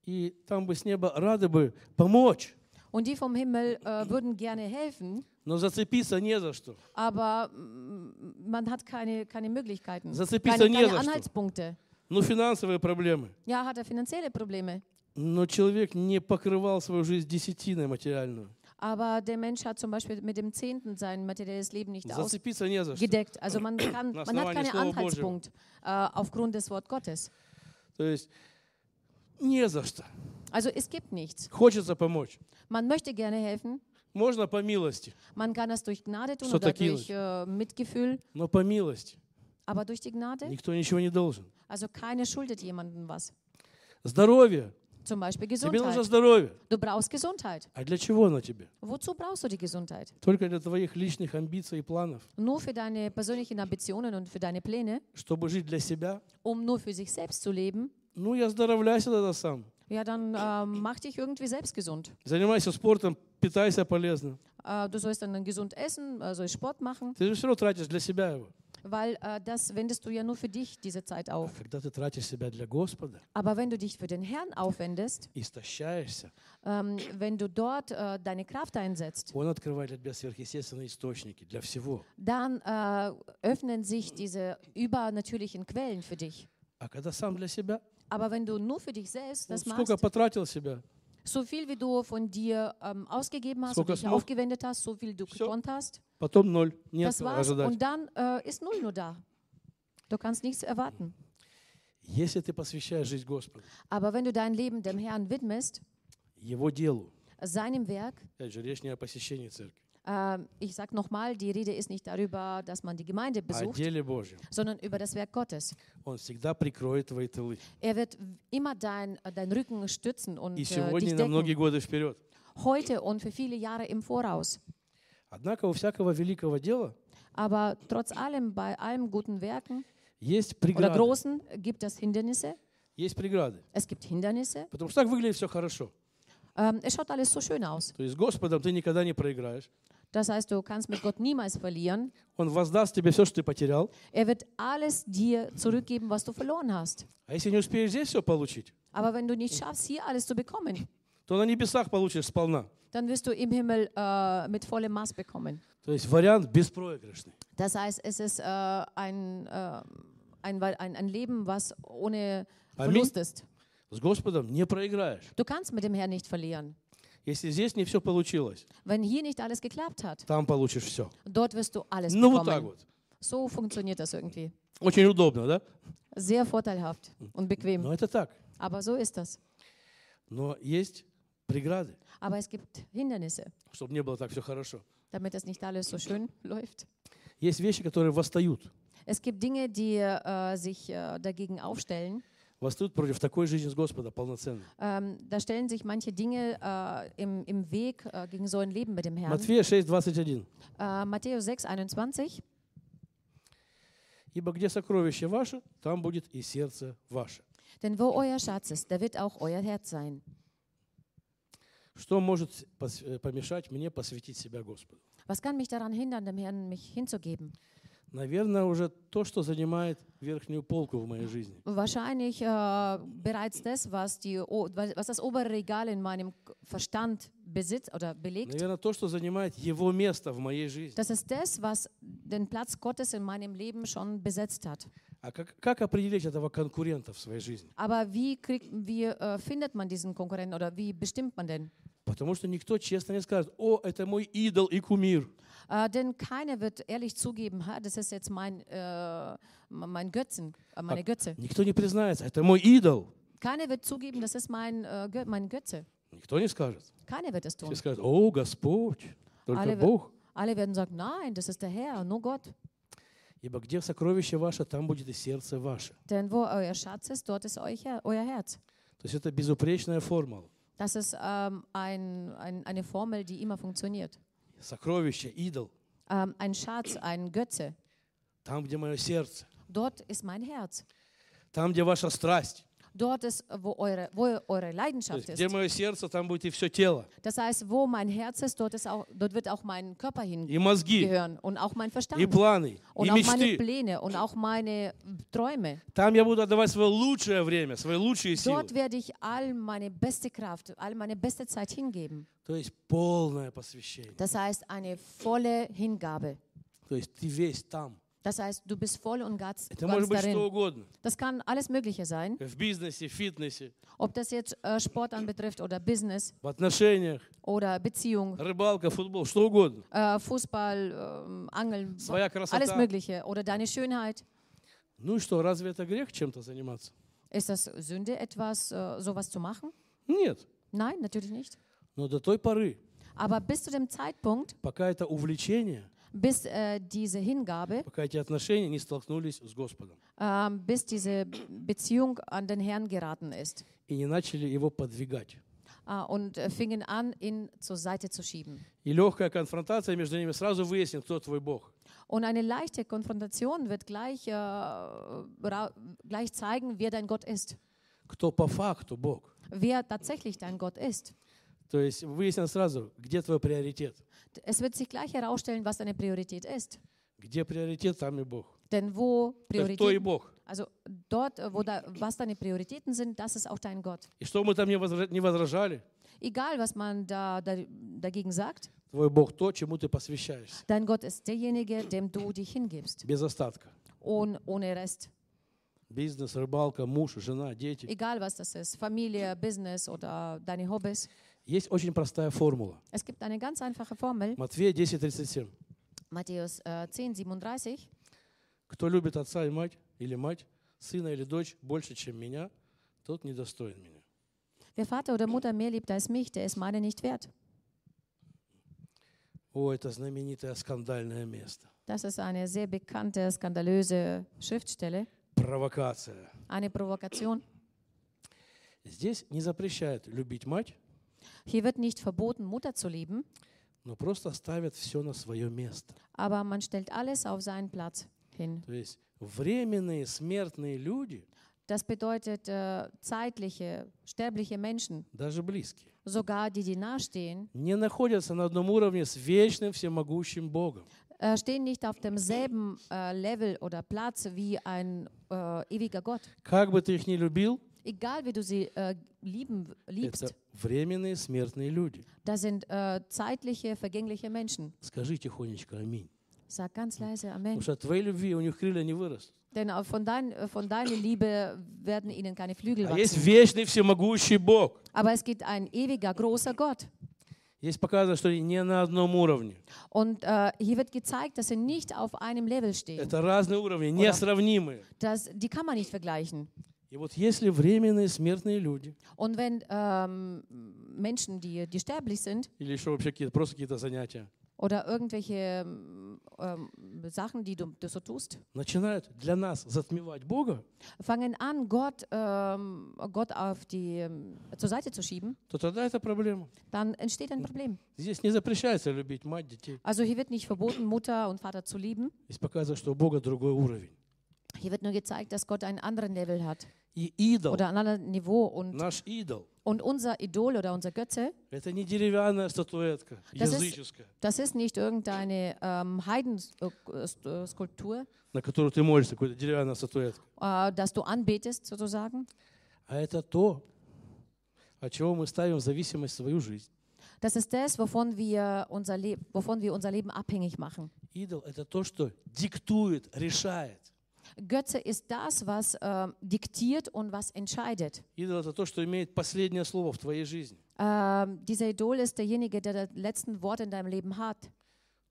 S5: И там бы с неба рады бы помочь,
S4: Und die vom Himmel äh, würden gerne helfen,
S5: Но зацепиться не за что.
S4: aber mm, man hat keine, keine Möglichkeiten,
S5: Das
S4: keine,
S5: ist ein bisschen nie
S4: keine
S5: das
S4: Anhaltspunkte.
S5: Ну, финансовые проблемы.
S4: Ja, hat er finanzielle Probleme,
S5: Но человек не покрывал свою жизнь десятиной материальную.
S4: aber der Mensch hat zum Beispiel mit dem Zehnten sein materielles Leben nicht
S5: Зацепиться не за что.
S4: ausgedeckt. Also man, kann,
S5: Na,
S4: man hat
S5: основание
S4: keinen
S5: Слова
S4: Anhaltspunkt äh, aufgrund des Wort Gottes.
S5: То есть не за что.
S4: Also es gibt nichts.
S5: Хочется помочь.
S4: Man möchte gerne helfen,
S5: Можно по милости,
S4: man kann das durch Gnade tun
S5: Что
S4: oder
S5: такие
S4: durch äh, Mitgefühl,
S5: но по милости.
S4: aber durch die Gnade,
S5: Никто ничего не должен.
S4: also keiner schuldet jemandem was.
S5: Здоровье.
S4: Zum Beispiel
S5: Тебе нужно
S4: Gesundheit.
S5: здоровье.
S4: Du brauchst Gesundheit.
S5: А для чего оно тебе?
S4: Wozu brauchst du die Gesundheit?
S5: Только для твоих личных амбиций и планов.
S4: Nur für deine persönlichen Ambitionen und für deine Pläne,
S5: Чтобы жить для себя?
S4: um nur für sich selbst zu leben?
S5: Ну, я здоровляйся тогда сам.
S4: Ja, dann ähm, mach dich irgendwie selbst gesund.
S5: Занимайся спортом, питайся полезно.
S4: Äh, du sollst dann gesund essen, äh, sollst Sport machen,
S5: Ты же все равно тратишь для себя его.
S4: weil äh, das wendest du ja nur für dich diese Zeit
S5: А
S4: auf.
S5: когда ты тратишь себя для Господа,
S4: Aber wenn du dich für den Herrn aufwendest,
S5: истощаешься,
S4: ähm, wenn du dort äh, deine Kraft einsetzt,
S5: Он открывает для тебя сверхъестественные источники для всего.
S4: dann äh, öffnen sich diese übernatürlichen Quellen für dich.
S5: А когда сам для себя,
S4: Aber wenn du nur für dich selbst
S5: ну,
S4: das
S5: сколько
S4: machst,
S5: потратил себя,
S4: so viel wie du von dir ähm, ausgegeben hast, und
S5: Сколько
S4: dich
S5: смог.
S4: aufgewendet hast, so viel du
S5: Всё.
S4: gekonnt hast,
S5: потом ноль. Нет
S4: das war's.
S5: ожидать.
S4: Und dann äh, ist null nur da. Du kannst nichts erwarten.
S5: Если ты посвящаешь жизнь Господу,
S4: Aber wenn du dein Leben dem Herrn widmest,
S5: Его делу,
S4: seinem Werk,
S5: опять же, речь не о посещении церкви,
S4: äh, ich sage nochmal, die Rede ist nicht darüber, dass man die Gemeinde
S5: а о
S4: besucht,
S5: деле Божьем,
S4: sondern über das Werk Gottes.
S5: Он всегда прикроет твои тылы.
S4: Er wird immer dein, äh, deinen Rücken stützen und
S5: И
S4: äh,
S5: сегодня,
S4: dich
S5: и на многие
S4: decken.
S5: годы вперед.
S4: Heute und für viele Jahre im Voraus.
S5: Однако у всякого великого дела
S4: Aber trotz allem, bei allem guten Werken
S5: есть
S4: oder
S5: преграды.
S4: großen, äh, gibt es Hindernisse.
S5: Есть преграды.
S4: Es gibt Hindernisse.
S5: Потому что так выглядит все хорошо.
S4: Ähm, es schaut alles so schön aus.
S5: То есть с Господом ты никогда не проиграешь.
S4: Das heißt, du kannst mit Gott niemals verlieren.
S5: Он воздаст тебе все, что ты потерял.
S4: Er wird alles dir zurückgeben, was du verloren hast.
S5: А если не успеешь здесь все получить,
S4: Aber wenn du nicht schaffst, hier alles zu bekommen,
S5: то на небесах получишь сполна.
S4: dann wirst du im Himmel äh, mit vollem Maß bekommen.
S5: То есть вариант беспроигрышный.
S4: Das heißt, es ist äh, ein, äh, ein, Wa- ein, ein Leben, was ohne
S5: Amen.
S4: Verlust ist.
S5: С Господом не проиграешь.
S4: Du kannst mit dem Herrn nicht verlieren.
S5: Если здесь не все получилось,
S4: Wenn hier nicht alles geklappt hat,
S5: там получишь все.
S4: dort wirst du alles
S5: Ну вот так
S4: bekommen.
S5: вот.
S4: So funktioniert das irgendwie.
S5: Очень удобно, да?
S4: Sehr vorteilhaft und bequem.
S5: Но это так.
S4: Aber so ist das.
S5: Но есть преграды,
S4: Aber es gibt Hindernisse,
S5: чтобы не было так все хорошо.
S4: damit das nicht alles so schön läuft.
S5: Есть вещи, которые восстают.
S4: Es gibt Dinge, die äh, sich äh, dagegen aufstellen.
S5: Восстают против такой жизни с Господа полноценной.
S4: Ähm, da stellen sich manche Dinge äh, im, im Weg äh, gegen so ein Leben mit dem Herrn.
S5: Матфея 6, 21.
S4: Äh, Matthäus 6, 21.
S5: «Ибо где сокровище ваше, там будет и сердце ваше».
S4: Denn wo euer Schatz ist, da wird auch euer Herz sein.
S5: Что может пос- э, помешать мне посвятить себя Господу?
S4: Was kann mich daran hindern, dem Herrn mich hinzugeben?
S5: Наверное, уже то, что занимает верхнюю полку в моей жизни.
S4: Wahrscheinlich äh, bereits das, was, die, o- was das obere Regal in meinem K- Verstand besitzt oder belegt.
S5: Наверное, то, что занимает Его место в моей жизни.
S4: Das ist das, was den Platz Gottes in meinem Leben schon besetzt hat.
S5: А как, как определить этого конкурента в своей жизни?
S4: Aber wie, kriegt, wie äh, findet man diesen Konkurrenten oder wie bestimmt man den?
S5: Потому что никто честно не скажет, о, это мой идол и кумир.
S4: Äh, denn keiner wird ehrlich zugeben, ha, das ist jetzt mein, äh, mein Götzen, äh, meine Götze.
S5: Никто не признается, это мой идол.
S4: Keiner wird zugeben, das ist mein, äh, Gö mein Götze.
S5: Никто не скажет.
S4: Keiner wird das
S5: Все
S4: tun.
S5: скажут, о, Господь, только
S4: Alle, we-
S5: Бог.
S4: alle werden sagen, nein, das ist der Herr, nur Gott.
S5: Ибо где сокровище ваше, там будет и сердце ваше.
S4: Denn wo euer Schatz ist, dort ist euch, Her- euer Herz.
S5: То есть это безупречная формула.
S4: Das ist ähm, ein, ein, eine Formel, die immer funktioniert.
S5: Сокровище, идол,
S4: Ähm, ein Schatz, ein Götze.
S5: там, где мое сердце,
S4: Dort ist mein Herz.
S5: там, где ваша страсть,
S4: dort ist, wo eure, wo eure
S5: То есть,
S4: Leidenschaft
S5: где
S4: ist.
S5: мое сердце, там будет и все тело,
S4: Das heißt, wo mein Herz ist, dort, ist auch, dort wird auch mein Körper
S5: и мозги,
S4: hingehören und auch mein Verstand
S5: и планы,
S4: und
S5: и
S4: auch meine
S5: мечты.
S4: Pläne und auch meine Träume.
S5: Там я буду отдавать свое лучшее время, свои лучшие силы.
S4: Dort werde ich all meine beste Kraft, all meine beste Zeit hingeben.
S5: То есть полное посвящение.
S4: Das heißt, eine volle Hingabe.
S5: То есть ты весь там.
S4: Das heißt, du bist voll und ganz,
S5: Это
S4: ganz
S5: может быть что
S4: darin.
S5: угодно.
S4: Das kann alles Mögliche sein,
S5: В бизнесе, в фитнесе,
S4: ob das jetzt äh, Sport anbetrifft oder Business
S5: в отношениях,
S4: oder Beziehung,
S5: рыбалка, футбол, что угодно.
S4: äh, Fußball, ähm, Angeln,
S5: Своя красота.
S4: alles Mögliche oder deine Schönheit.
S5: Ну и что, разве это грех чем-то заниматься?
S4: Ist das Sünde, etwas, äh, sowas zu machen?
S5: Нет.
S4: Nein, natürlich nicht.
S5: Но до той поры,
S4: Aber bis zu dem Zeitpunkt,
S5: пока это увлечение,
S4: bis äh, diese Hingabe,
S5: пока эти отношения не столкнулись с Господом
S4: ähm, bis diese Beziehung an den Herrn geraten ist
S5: и не начали его подвигать.
S4: äh, und äh, fingen an, ihn zur Seite zu schieben.
S5: И легкая конфронтация между ними сразу выяснит, кто твой Бог.
S4: Und eine leichte Konfrontation wird gleich, äh, ra- gleich zeigen, wer dein Gott ist,
S5: Кто по факту Бог.
S4: wer tatsächlich dein Gott ist.
S5: То есть выяснят сразу, где твой приоритет.
S4: Es wird sich gleich herausstellen, was deine Priorität ist.
S5: Где приоритет, там и Бог.
S4: Denn wo
S5: То есть кто и
S4: Prioritäten,
S5: Бог.
S4: also dort, äh, wo da, was deine Prioritäten sind, das ist auch dein Gott.
S5: И что мы там не возра- не возражали,
S4: Egal, was man da, da dagegen sagt,
S5: твой Бог то, чему ты посвящаешься.
S4: dein Gott ist derjenige, dem du dich hingibst.
S5: Без остатка.
S4: Und ohne Rest.
S5: Бизнес, рыбалка, муж, жена, дети.
S4: Egal, was das ist. Familie, Business oder deine Hobbys.
S5: Есть очень простая формула.
S4: Es gibt eine ganz einfache Formel.
S5: Матфея 10.37.
S4: Matthäus äh, 10, 37.
S5: Кто любит отца и мать, или мать, сына или дочь больше, чем меня, тот недостоин меня.
S4: Wer Vater oder Mutter mehr liebt als mich, der ist meine nicht wert.
S5: О, это знаменитое скандальное место.
S4: Das ist eine sehr bekannte, skandalöse Schriftstelle,
S5: Провокация.
S4: eine Provokation.
S5: Здесь не запрещают любить мать,
S4: Hier wird nicht verboten, Mutter zu lieben,
S5: но просто ставят все на свое место.
S4: aber man stellt alles auf seinen Platz hin.
S5: То есть временные смертные люди,
S4: Das bedeutet äh, zeitliche, sterbliche Menschen,
S5: даже близкие,
S4: sogar die, die nahestehen,
S5: не находятся на одном уровне с вечным всемогущим Богом.
S4: äh, stehen nicht auf demselben äh, Level oder Platz wie ein äh, ewiger Gott.
S5: Как бы ты их ни любил,
S4: Egal wie du sie äh, lieben,
S5: это
S4: liebst,
S5: временные смертные люди.
S4: das sind äh, zeitliche, vergängliche Menschen.
S5: Скажи тихонечко аминь.
S4: Sag ganz leise
S5: Потому
S4: Amen.
S5: что от твоей любви у них крылья не вырастут.
S4: Denn auch von, dein, äh, von deiner Liebe werden ihnen keine Flügel
S5: А есть
S4: wachsen.
S5: вечный всемогущий Бог.
S4: Aber es gibt ein ewiger, großer Gott.
S5: Здесь показано, что они не на одном уровне.
S4: Und äh, hier wird gezeigt, dass sie nicht auf einem Level stehen.
S5: Это разные уровни, несравнимые.
S4: Das, die kann man nicht vergleichen.
S5: И вот если временные смертные люди,
S4: Und wenn ähm, Menschen, die, die sterblich sind
S5: или еще вообще какие-то, просто какие-то занятия,
S4: oder irgendwelche ähm, ähm, Sachen, die du, du so tust,
S5: начинают для нас затмевать Бога,
S4: fangen an, Gott, ähm, Gott auf die, ähm, zur Seite zu schieben,
S5: то тогда это проблема.
S4: dann entsteht ein Problem.
S5: Здесь не запрещается любить мать, детей.
S4: Also hier wird nicht verboten, Mutter und Vater zu lieben.
S5: Здесь показывает, что у Бога другой уровень.
S4: Hier wird nur gezeigt, dass Gott einen anderen Level hat
S5: И идол,
S4: oder ein anderes Niveau und,
S5: наш идол,
S4: und unser Idol oder unser Götze,
S5: это не деревянная статуэтка,
S4: Das ist-
S5: языческая,
S4: das ist nicht irgendeine ähm, Heidenskulptur,
S5: на которую ты молишься, какая-то деревянная статуэтка.
S4: äh, dass du anbetest sozusagen.
S5: А это то, от чего мы ставим в зависимость свою жизнь.
S4: Das ist das, wovon wir unser, Le wovon wir unser Leben abhängig machen.
S5: Идол — это то, что диктует, решает.
S4: Götze ist das, was ähm, diktiert und was entscheidet.
S5: Идол — это то, что имеет последнее слово в твоей жизни.
S4: Ähm, dieser Idol ist derjenige, der das letzte Wort in deinem Leben hat.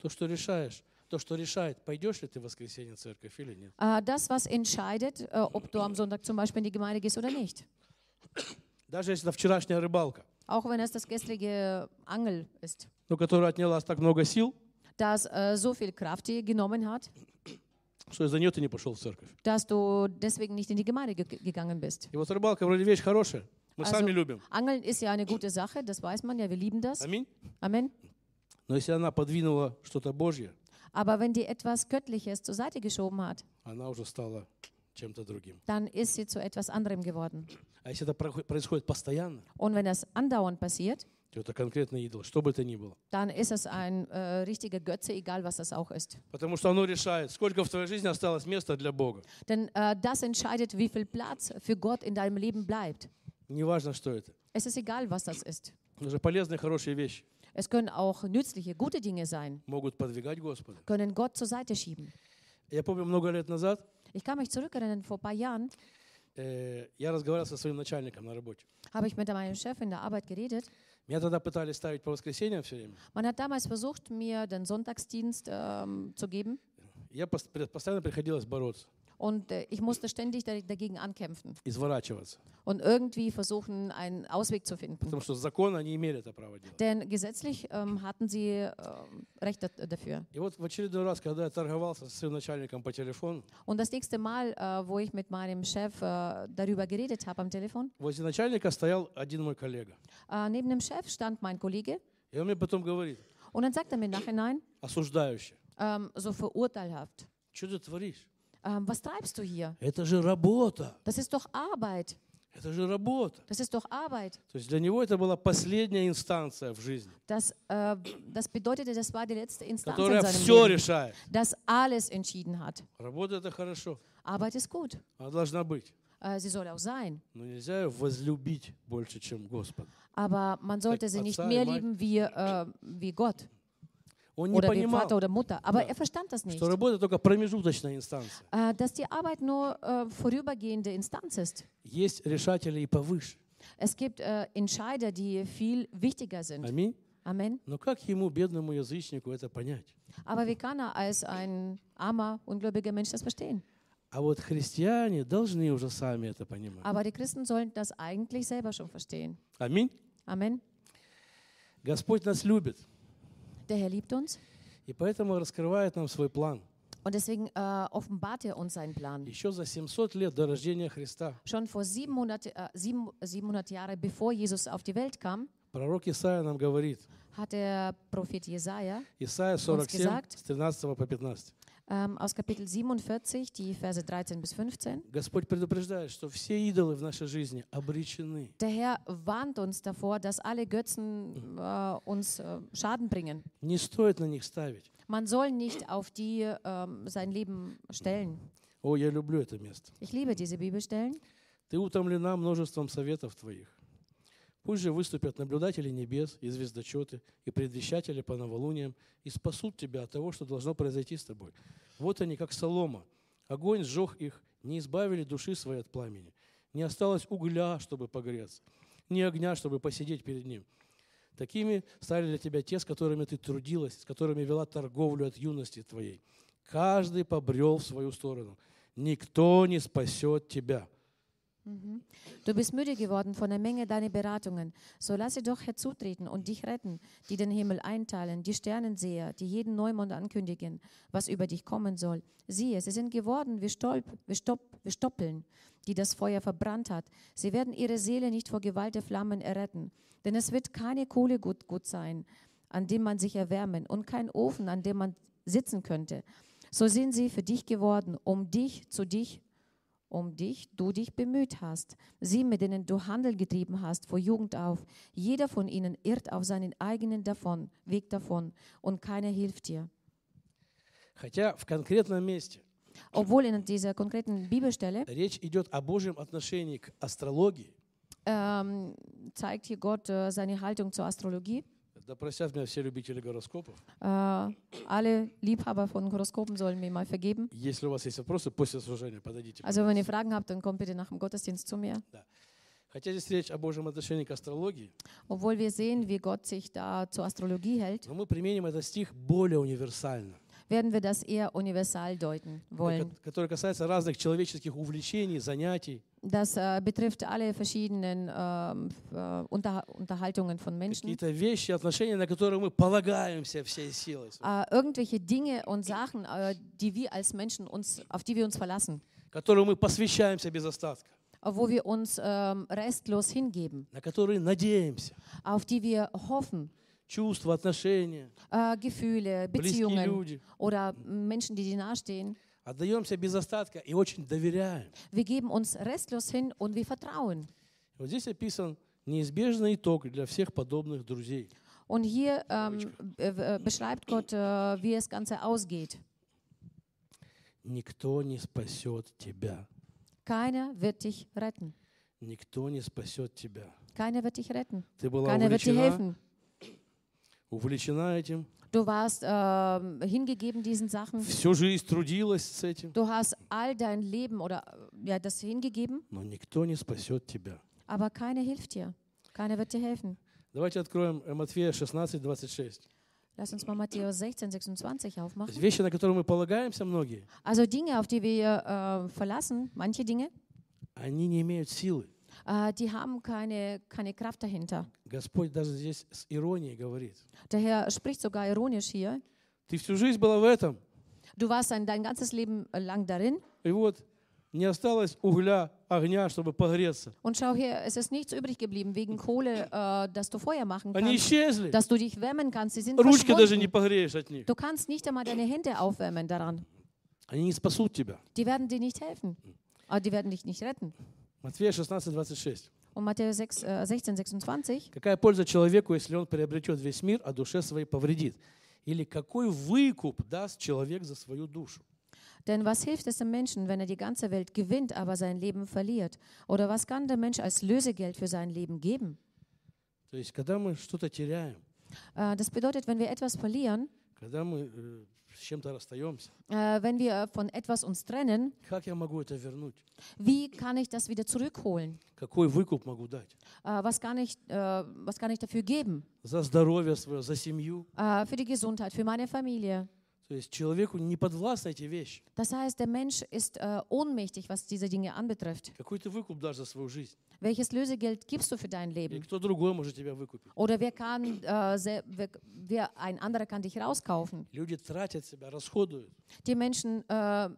S5: То, что решаешь, то, что решает, пойдешь ли ты в воскресенье в церковь или нет.
S4: Äh, das, was entscheidet, äh, ob du am Sonntag zum Beispiel in die Gemeinde gehst oder nicht.
S5: Даже если это вчерашняя рыбалка,
S4: Auch wenn es das gestrige Angel ist,
S5: но которая отняла так много сил,
S4: das äh, so viel Kraft dir genommen hat,
S5: что из-за нее ты не пошел в церковь.
S4: dass du deswegen nicht in die Gemeinde ge gegangen bist.
S5: И вот рыбалка вроде вещь хорошая. Мы
S4: Also-
S5: сами любим.
S4: Angeln ist ja eine gute Sache, das weiß man ja, wir lieben das.
S5: Аминь.
S4: Amen.
S5: Но если она подвинула что-то Божье,
S4: Aber wenn dir etwas Göttliches zur Seite geschoben hat,
S5: она уже стала чем-то другим.
S4: dann ist sie zu etwas anderem geworden.
S5: А если это прохо- происходит постоянно,
S4: Und wenn das andauernd passiert,
S5: то это конкретный идол, что бы это ни было.
S4: dann ist es ein äh, richtiger Götze, egal was das auch ist.
S5: Потому что оно решает, сколько в твоей жизни осталось места для Бога.
S4: Denn äh, das entscheidet, wie viel Platz für Gott in deinem Leben bleibt.
S5: Неважно, что это.
S4: Es ist egal, was das ist.
S5: Даже полезные, хорошие вещи
S4: Es können auch нützliche, gute Dinge sein,
S5: могут подвигать Господа.
S4: können Gott zur Seite schieben.
S5: Я помню, много лет назад
S4: Ich kann mich zurückerinnern, vor ein paar Jahren
S5: э, я разговаривал со своим начальником на работе.
S4: habe ich mit meinem Chef in der Arbeit geredet.
S5: Меня тогда пытались ставить по воскресеньям все время.
S4: Man hat damals versucht, mir den Sonntagsdienst ähm, zu geben.
S5: Я пос- при- постоянно приходилось бороться,
S4: Und äh, ich musste ständig da- dagegen ankämpfen
S5: изворачиваться.
S4: und irgendwie versuchen, einen Ausweg zu finden.
S5: Потому что законы они имели это право делать.
S4: Denn gesetzlich ähm, hatten sie ähm, Recht da- dafür.
S5: И вот в очередной раз, когда я торговался со своим начальником по телефону,
S4: Und das nächste Mal, äh, wo ich mit meinem Chef äh, darüber geredet habe am Telefon,
S5: возле начальника стоял один мой коллега.
S4: äh, neben dem Chef stand mein Kollege
S5: И он мне потом говорит,
S4: und dann sagt er mir im Nachhinein,
S5: осуждающе,
S4: ähm, so verurteilhaft,
S5: что ты творишь?
S4: ähm, was treibst du hier?
S5: Это же работа,
S4: Das ist doch Arbeit.
S5: это же работа.
S4: Das ist doch Arbeit.
S5: То есть для него это была последняя инстанция в жизни,
S4: Das, äh, das bedeutete, das war die letzte Instanz in
S5: которая
S4: seinem
S5: все
S4: Leben,
S5: решает.
S4: das alles entschieden hat.
S5: Работа это хорошо,
S4: Arbeit ist gut.
S5: она должна быть.
S4: Äh, sie soll auch sein.
S5: Но нельзя ее возлюбить больше, чем Господа.
S4: Aber man sollte sie nicht
S5: Verzeih,
S4: mehr
S5: Mike.
S4: lieben wie, äh, wie Gott
S5: Он не
S4: oder wie
S5: понимал,
S4: Vater oder Mutter. Aber er verstand das nicht.
S5: что работа только промежуточная инстанция.
S4: Äh, dass die Arbeit nur äh, vorübergehende Instanz ist.
S5: Есть решатели и повыше.
S4: Es gibt äh, Entscheider, die viel wichtiger sind.
S5: Аминь.
S4: Amen.
S5: Но как ему, бедному язычнику, это понять?
S4: Aber wie kann er als ein armer, ungläubiger Mensch das verstehen?
S5: А вот христиане должны уже сами это понимать.
S4: Aber die Christen sollen das eigentlich selber schon verstehen.
S5: Аминь.
S4: Amen.
S5: Господь нас любит,
S4: Der Herr liebt uns
S5: и поэтому раскрывает нам свой план.
S4: und deswegen äh, offenbart er uns seinen Plan.
S5: Еще за 700 лет до рождения Христа
S4: Schon vor 700, äh, sieben- 700 Jahren, bevor Jesus auf die Welt kam,
S5: пророк Исаия нам говорит,
S4: hat der Prophet Jesaja
S5: Исаия 47,
S4: gesagt.
S5: с 13 по 15.
S4: ähm, aus Kapitel 47, die Verse 13 bis 15,
S5: Господь предупреждает, что все идолы в нашей жизни обречены.
S4: Der Herr warnt uns davor, dass alle Götzen äh, uns äh, Schaden bringen.
S5: Не стоит на них ставить.
S4: Man soll nicht auf die ähm, sein Leben stellen.
S5: О, я люблю это место.
S4: Ich liebe diese Bibelstellen.
S5: Ты утомлена множеством советов твоих. Пусть же выступят наблюдатели небес и звездочеты, и предвещатели по новолуниям, и спасут тебя от того, что должно произойти с тобой. Вот они, как солома. Огонь сжег их, не избавили души своей от пламени. Не осталось угля, чтобы погреться, ни огня, чтобы посидеть перед ним. Такими стали для тебя те, с которыми ты трудилась, с которыми вела торговлю от юности твоей. Каждый побрел в свою сторону. Никто не спасет тебя.
S4: Du bist müde geworden von der Menge deiner Beratungen. So lass sie doch herzutreten und dich retten, die den Himmel einteilen, die Sternenseher, die jeden Neumond ankündigen, was über dich kommen soll. Siehe, sie sind geworden wie, Stolp, wie, Stopp, wie Stoppeln, die das Feuer verbrannt hat. Sie werden ihre Seele nicht vor Gewalt der Flammen erretten, denn es wird keine Kohle gut, gut sein, an dem man sich erwärmen und kein Ofen, an dem man sitzen könnte. So sind sie für dich geworden, um dich zu dich um dich du dich bemüht hast, sie, mit denen du Handel getrieben hast, vor Jugend auf. Jeder von ihnen irrt auf seinen eigenen davon, Weg davon und keiner hilft dir.
S5: Хотя в конкретном месте
S4: Obwohl in dieser konkreten Bibelstelle
S5: речь идет о Божьем отношении к астрологии.
S4: ähm, zeigt hier Gott äh, seine Haltung zur Astrologie.
S5: Да простят меня все любители гороскопов.
S4: Äh, alle Liebhaber von Horoskopen sollen mir mal vergeben.
S5: Если у вас есть вопросы, после служения подойдите.
S4: Also wenn ihr
S5: пожалуйста.
S4: Fragen habt, dann kommt bitte nach dem Gottesdienst zu mir.
S5: Хотя здесь речь о Божьем отношении к астрологии,
S4: Obwohl wir sehen, wie Gott sich da zur Astrologie hält,
S5: но мы применим этот стих более универсально,
S4: werden wir das eher universal deuten wollen.
S5: ко- который касается разных человеческих увлечений, занятий,
S4: Das äh, betrifft alle verschiedenen ähm, f- äh, Unterha Unterhaltungen von Menschen.
S5: какие-то вещи, отношения, на которые мы полагаемся всей силой, своей,
S4: Äh, irgendwelche Dinge und Sachen, äh, die wir als Menschen uns, auf die wir uns verlassen,
S5: которым мы посвящаемся без остатка,
S4: äh, wo wir uns ähm, restlos hingeben,
S5: на которые надеемся.
S4: auf die wir hoffen,
S5: Чувства, отношения,
S4: äh, Gefühle,
S5: близкие
S4: Beziehungen
S5: люди.
S4: oder Menschen, die dir nahestehen.
S5: Отдаемся без остатка и очень доверяем.
S4: Wir geben uns restlos hin und wir vertrauen.
S5: Вот здесь описан неизбежный итог для всех подобных друзей.
S4: Und hier ähm, äh, äh, beschreibt Gott, äh, wie das Ganze ausgeht.
S5: Никто не спасет тебя.
S4: Keiner wird dich retten.
S5: Никто не спасет тебя.
S4: Keiner wird dich retten.
S5: Ты была
S4: Keiner wird dir
S5: увлечена,
S4: helfen.
S5: увлечена этим,
S4: Du warst ähm, hingegeben diesen Sachen.
S5: всю жизнь трудилась с этим.
S4: Du hast all dein Leben oder äh, ja, das hingegeben,
S5: Но никто не спасет тебя.
S4: aber keiner hilft dir. Keiner wird dir helfen.
S5: Давайте откроем э, Матфея 16, 26.
S4: Lass uns mal Matthäus 16, 26
S5: То есть
S4: aufmachen.
S5: вещи, на которые мы полагаемся многие,
S4: Also Dinge, auf die wir äh, verlassen, manche Dinge,
S5: они не имеют силы.
S4: äh, die haben keine, keine Kraft dahinter.
S5: Господь даже здесь с иронией говорит.
S4: Der Herr spricht sogar ironisch hier.
S5: Ты всю жизнь была в этом,
S4: Du warst dein, dein ganzes Leben äh, lang darin
S5: и вот не осталось угля, огня, чтобы погреться.
S4: und schau her, es ist nichts übrig geblieben wegen Kohle, äh, dass du Feuer machen
S5: Они
S4: kannst,
S5: исчезли.
S4: dass du dich wärmen kannst. Sie sind
S5: Ручки даже не
S4: verschwunden.
S5: погреешь от них.
S4: Du kannst nicht einmal deine Hände aufwärmen daran.
S5: Они не спасут тебя.
S4: Die werden dir nicht helfen. Aber die werden dich nicht retten.
S5: Матфея 16, 26.
S4: Und Matthäus 6, äh, 16, 26.
S5: Какая польза человеку, если он приобретет весь мир, а душе своей повредит? Или какой выкуп даст человек за свою душу?
S4: Denn was hilft es dem Menschen, wenn er die ganze Welt gewinnt, aber sein Leben verliert? Oder was kann der Mensch als Lösegeld für sein Leben geben?
S5: То есть, когда мы что-то теряем,
S4: Äh, das bedeutet, wenn wir etwas verlieren,
S5: когда мы э, с чем-то расстаемся,
S4: äh, wenn wir von etwas uns trennen,
S5: как я могу это вернуть?
S4: wie kann ich das wieder zurückholen?
S5: Какой выкуп могу дать?
S4: Äh, was, kann ich, äh, was kann ich dafür geben?
S5: За здоровье свое, за семью.
S4: Äh, für die Gesundheit, für meine Familie.
S5: То есть человеку не подвластны эти вещи.
S4: Das heißt, der Mensch ist äh, ohnmächtig, was diese Dinge anbetrifft.
S5: Какой ты выкуп дашь за свою жизнь?
S4: Welches Lösegeld gibst du für dein
S5: Или
S4: Leben?
S5: кто другой может тебя выкупить?
S4: Oder wer kann, äh, sel- wer, wer, ein anderer kann dich rauskaufen?
S5: Люди тратят себя, расходуют.
S4: Die Menschen äh,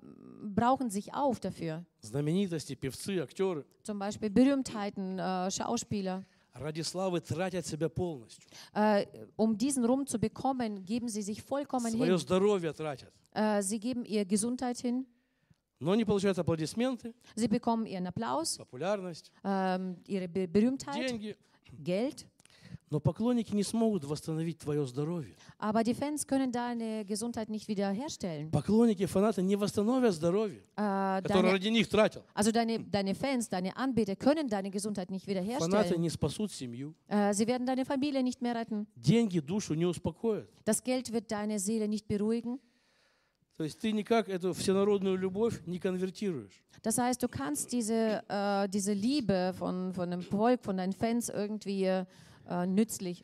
S4: brauchen sich auf dafür.
S5: Знаменитости, певцы, актеры
S4: Zum Beispiel Berühmtheiten, äh, Schauspieler.
S5: ради славы тратят себя полностью.
S4: Äh, um diesen Ruhm zu bekommen, geben sie sich vollkommen
S5: Свое
S4: hin.
S5: здоровье тратят.
S4: Äh, sie гeben ihre Gesundheit hin.
S5: Но не получают аплодисменты,
S4: Sie bekommen ihren Applaus,
S5: популярность,
S4: ähm, ihre Be Berühmtheit,
S5: деньги.
S4: Geld.
S5: Но поклонники не смогут восстановить твое здоровье.
S4: Aber die Fans können deine Gesundheit nicht wiederherstellen.
S5: Поклонники, фанаты не восстановят здоровье,
S4: Äh,
S5: которое
S4: deine,
S5: ради них тратил.
S4: also deine, deine Fans, deine Anbeter können deine Gesundheit nicht
S5: Фанаты
S4: wiederherstellen.
S5: не спасут семью.
S4: Äh, sie werden deine Familie nicht mehr retten.
S5: Деньги душу не успокоят.
S4: Das Geld wird deine Seele nicht beruhigen.
S5: То есть ты никак эту всенародную любовь не конвертируешь.
S4: Das heißt, du kannst diese, äh, diese Liebe von, von dem Volk, von deinen Fans irgendwie äh, nützlich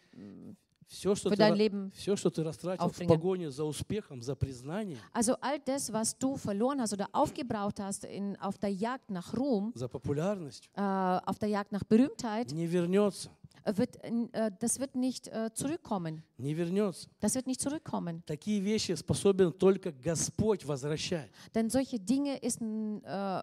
S5: Все, что,
S4: für
S5: ты,
S4: dein
S5: ра-
S4: Leben.
S5: всё, что ты растратил в
S4: aufbringen.
S5: погоне за успехом, за признанием,
S4: Also all das, was du verloren hast oder aufgebraucht hast in, auf der Jagd nach Ruhm,
S5: за популярностью,
S4: äh, auf der Jagd nach Berühmtheit,
S5: не вернется.
S4: äh, wird, äh, das wird nicht äh, zurückkommen.
S5: Не вернется.
S4: Das wird nicht zurückkommen.
S5: Такие вещи способен только Господь возвращать.
S4: Denn solche Dinge ist, n- äh,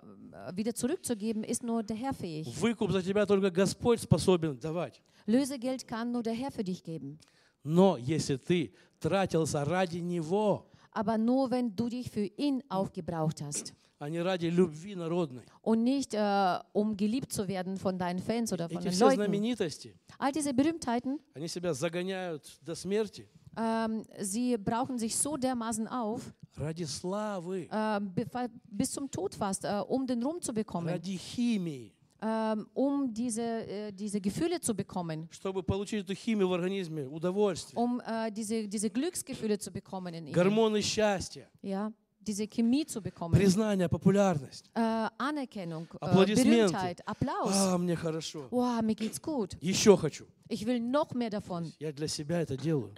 S4: wieder zurückzugeben, ist nur der Herr fähig.
S5: Выкуп за тебя только Господь способен давать.
S4: Lösegeld kann nur der Herr für dich geben.
S5: Но если ты тратился ради Него,
S4: Aber nur, wenn du dich für ihn aufgebraucht hast.
S5: а не ради любви народной.
S4: und nicht äh, um geliebt zu werden von deinen Fans oder von
S5: Эти
S4: den
S5: все
S4: Leuten.
S5: знаменитости,
S4: All diese Berühmtheiten,
S5: они себя загоняют до смерти
S4: ähm, sie brauchen sich so dermaßen auf,
S5: ради славы,
S4: ähm, bi- fa- bis zum Tod fast, äh, um den Ruhm zu bekommen,
S5: ради химии,
S4: ähm, um diese, äh, diese Gefühle zu bekommen,
S5: чтобы получить эту химию в организме, удовольствие,
S4: um äh, diese, diese Glücksgefühle zu bekommen in ihnen,
S5: гормоны счастья,
S4: ja, diese Chemie zu bekommen, äh,
S5: признание, популярность.
S4: Anerkennung, äh,
S5: Applaudismente.
S4: Berühmtheit, Applaus.
S5: А, мне хорошо.
S4: Wow, mir geht's gut.
S5: Еще хочу.
S4: Ich will noch mehr davon.
S5: Я для себя это делаю.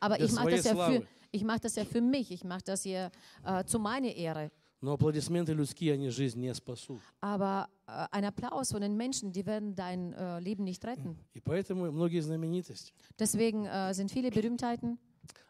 S4: Aber
S5: Для
S4: ich mache das, ja
S5: своей
S4: für-
S5: славы.
S4: ich mach das ja für mich, ich mache das ja äh, zu meiner Ehre.
S5: Но аплодисменты людские, они жизнь не спасут.
S4: Aber äh, ein Applaus von den Menschen, die werden dein äh, Leben nicht retten.
S5: И поэтому многие знаменитости
S4: Deswegen äh, sind viele Berühmtheiten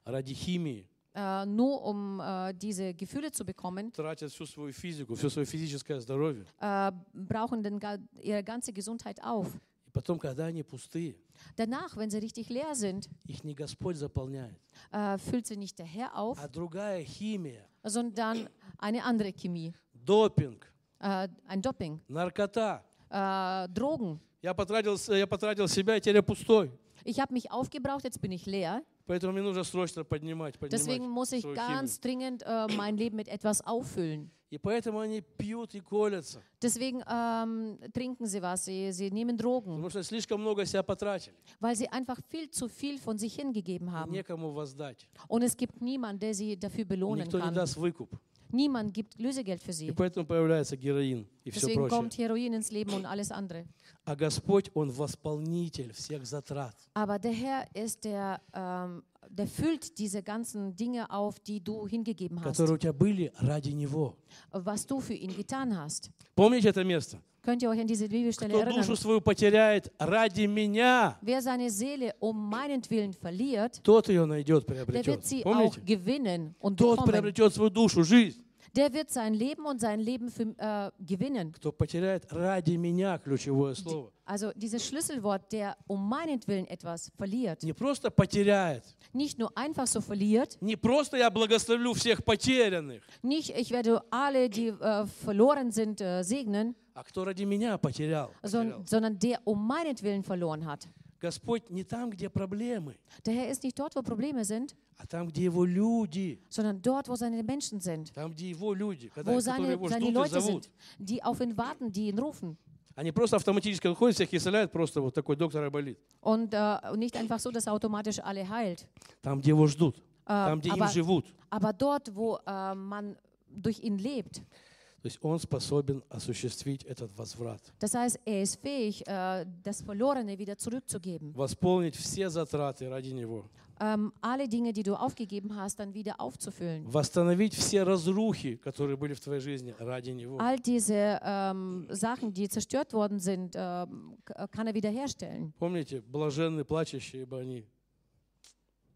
S5: ради химии
S4: äh, nur, um äh, diese Gefühle zu bekommen,
S5: тратят всю свою физику, все свое физическое здоровье.
S4: äh, brauchen dann ga ihre ganze Gesundheit auf.
S5: И Потом, когда они пустые,
S4: Danach, wenn sie richtig leer sind,
S5: их не Господь заполняет,
S4: äh, füllt sie nicht der Herr auf,
S5: а другая химия,
S4: sondern eine andere Chemie,
S5: допинг,
S4: äh, ein Doping,
S5: наркота.
S4: äh, Drogen.
S5: Я потратил, с- я потратил себя, и теперь я пустой.
S4: Ich habe mich aufgebraucht, jetzt bin ich leer.
S5: Поэтому мне нужно срочно поднимать, поднимать
S4: Deswegen muss ich
S5: свою
S4: ganz
S5: химию.
S4: dringend äh, mein Leben mit etwas auffüllen.
S5: И поэтому они пьют и колятся,
S4: Deswegen ähm, trinken sie was, sie, sie nehmen Drogen,
S5: потому что слишком много себя потратили,
S4: weil sie einfach viel zu viel von sich hingegeben
S5: и
S4: haben.
S5: некому воздать,
S4: Und es gibt niemanden, der sie dafür
S5: и
S4: belohnen
S5: никто не
S4: kann.
S5: даст выкуп.
S4: Niemand gibt Lösegeld für
S5: И
S4: sie.
S5: поэтому появляется героин и все
S4: Deswegen
S5: прочее.
S4: kommt Heroin ins Leben und alles andere.
S5: А Господь, Он восполнитель всех затрат.
S4: Aber der Herr ist der, ähm, der füllt diese ganzen Dinge auf, die du hingegeben hast,
S5: которые у тебя были ради Него.
S4: was du für ihn getan hast.
S5: Помните это место?
S4: Könnt ihr euch an diese Bibelstelle
S5: Кто душу
S4: erinnern?
S5: свою потеряет ради Меня,
S4: Wer seine Seele um meinetwillen verliert,
S5: тот ее найдет,
S4: der
S5: приобретет.
S4: wird sie auch
S5: Помните?
S4: gewinnen und
S5: Тот
S4: bekommen.
S5: приобретет свою душу, жизнь.
S4: Der wird sein Leben und sein Leben für, äh, gewinnen.
S5: Кто потеряет ради Меня, ключевое слово.
S4: Also dieses Schlüsselwort, der um meinetwillen etwas verliert,
S5: Не просто потеряет,
S4: nicht nur einfach so verliert,
S5: не просто я благословлю всех потерянных,
S4: nicht ich werde alle, die äh, verloren sind, äh, segnen,
S5: а кто ради Меня потерял. потерял.
S4: sondern, sondern der um meinetwillen verloren hat.
S5: Господь не там, где проблемы,
S4: Der Herr ist nicht dort, wo Probleme sind,
S5: а там, где Его люди.
S4: sondern dort, wo seine Menschen sind,
S5: Там, где Его люди, когда,
S4: wo
S5: которые
S4: seine,
S5: Его
S4: seine
S5: ждут и
S4: Leute
S5: зовут.
S4: sind, die auf ihn warten, die ihn rufen.
S5: Они просто автоматически выходят, всех исцеляют, просто вот такой доктор Айболит.
S4: Und äh, und nicht einfach so, dass er automatisch alle heilt.
S5: Там, где его ждут, там, где им
S4: aber-
S5: живут.
S4: Aber dort, wo äh, man durch ihn lebt,
S5: То есть он способен осуществить этот возврат,
S4: das heißt, er ist fähig, äh, das Verlorene wieder zurückzugeben.
S5: восполнить все затраты ради него,
S4: Ähm, alle Dinge, die du aufgegeben hast, dann wieder aufzufüllen.
S5: восстановить все разрухи, которые были в твоей жизни ради него.
S4: All diese ähm, Sachen, die zerstört worden sind, ähm, k- kann er wiederherstellen.
S5: Помните, блаженны плачущие, ибо они...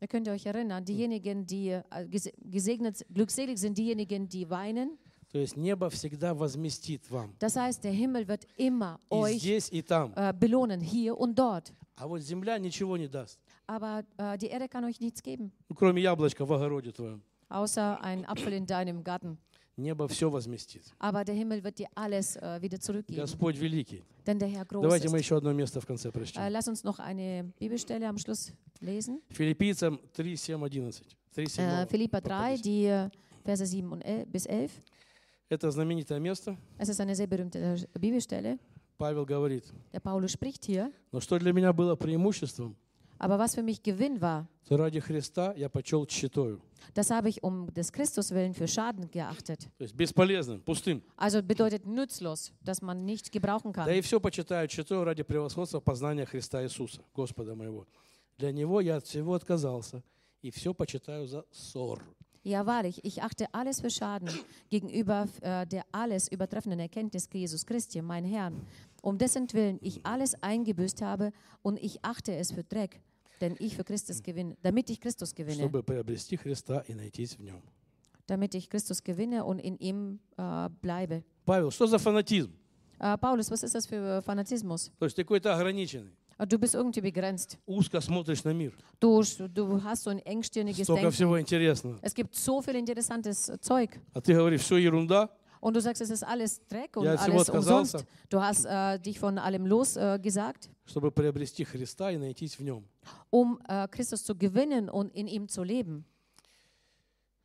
S4: Ihr könnt euch erinnern, diejenigen, die äh, gese- gesegnet, glückselig sind, diejenigen, die weinen.
S5: То есть небо всегда возместит вам
S4: Das heißt, der Himmel wird immer
S5: и
S4: euch
S5: здесь, и там.
S4: äh, belohnen, hier und dort.
S5: А вот земля ничего не даст,
S4: Aber äh, die Erde kann euch nichts geben,
S5: ну, кроме яблочка в огороде твоем.
S4: außer einen Apfel in deinem Garten.
S5: Небо все возместит.
S4: Aber der Himmel wird dir alles äh, wieder zurückgeben,
S5: Господь великий.
S4: denn der Herr groß
S5: Давайте мы
S4: ist.
S5: еще одно место в конце
S4: Äh,
S5: прочтем.
S4: lass uns noch eine Bibelstelle am Schluss lesen.
S5: Филиппийцам 3, 7, 11. 3, 7,
S4: Äh, Philippa 3,
S5: проповедь.
S4: die äh, Verse 7 und el bis 11.
S5: Это знаменитое место.
S4: Es ist eine sehr berühmte äh, Bibelstelle.
S5: Павел говорит,
S4: Der Paulus spricht hier.
S5: Но что для меня было преимуществом,
S4: Aber was für mich Gewinn war,
S5: то ради Христа я почел тщетою.
S4: das habe ich um des Christus willen für Schaden geachtet.
S5: То есть бесполезным, пустым.
S4: Also bedeutet nützlos, dass man nicht gebrauchen
S5: Да
S4: kann.
S5: и все почитаю тщетою ради превосходства познания Христа Иисуса, Господа моего. Для Него я от всего отказался, и все почитаю за ссор.
S4: Ja, wahrlich, ich achte alles für Schaden gegenüber äh, der alles übertreffenden Erkenntnis Jesus Christi, mein Herrn. Um dessen Willen ich alles eingebüßt habe und ich achte es für Dreck, denn ich für Christus gewinne, damit ich Christus gewinne.
S5: чтобы приобрести Христа и найтись в Нем.
S4: damit ich Christus gewinne und in ihm äh, bleibe.
S5: Павел, что за фанатизм?
S4: Äh, Paulus, was ist das für Fanatismus?
S5: То есть ты какой-то ограниченный,
S4: Äh, Du bist irgendwie begrenzt.
S5: узко смотришь на мир.
S4: Du, du hast so ein engstirniges
S5: Столько
S4: Denken.
S5: всего интересного.
S4: Es gibt so viel interessantes Zeug.
S5: А ты говоришь, все ерунда,
S4: Und du sagst, es ist alles Dreck und
S5: Ja, jetzt
S4: alles
S5: wird gesagt.
S4: umsonst. Du hast äh, dich von allem losgesagt, äh, gesagt,
S5: чтобы приобрести Христа и найтись в Нем.
S4: um äh, Christus zu gewinnen und in ihm zu leben.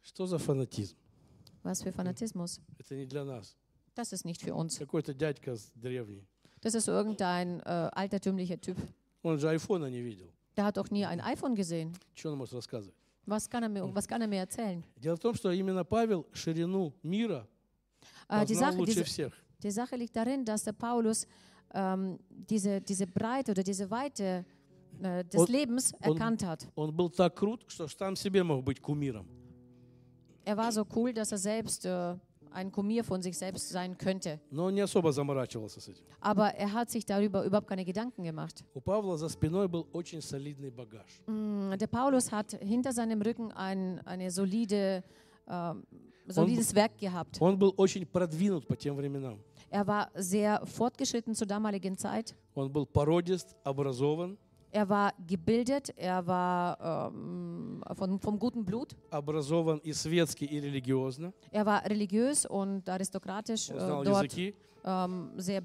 S5: Что за фанатизм?
S4: Was für Fanatismus.
S5: Это не для нас.
S4: Das ist nicht für uns.
S5: Какой-то дядька с- древний.
S4: Das ist irgendein äh, altertümlicher Typ.
S5: Он же айфона не видел.
S4: Der hat doch nie ein iPhone gesehen.
S5: Что он может рассказывать?
S4: Was kann er mir, was kann er mir erzählen?
S5: Дело в том, что именно Павел ширину мира
S4: Äh, die
S5: познал
S4: Sache,
S5: лучше
S4: diese,
S5: всех.
S4: Die Sache liegt darin, dass der Paulus ähm, diese, diese Breite oder diese Weite äh, des
S5: Und-
S4: Lebens erkannt hat.
S5: Он был так крут, что сам себе мог быть кумиром.
S4: Er war so cool, dass er selbst äh, ein Kumir von sich selbst sein könnte.
S5: Но он не особо заморачивался с этим.
S4: Aber er hat sich darüber überhaupt keine Gedanken gemacht.
S5: У Павла за спиной был очень солидный багаж.
S4: Mm, Der Paulus hat hinter seinem Rücken ein, eine solide ähm, solides Werk gehabt.
S5: Он был очень продвинут по тем временам.
S4: Er war sehr fortgeschritten zur damaligen Zeit.
S5: Он был породист, образован,
S4: Er war gebildet, er war ähm, von, vom guten Blut,
S5: образован и светски, и религиозно.
S4: er war religiös und aristokratisch
S5: Он
S4: äh,
S5: знал
S4: dort
S5: языки,
S4: ähm, sehr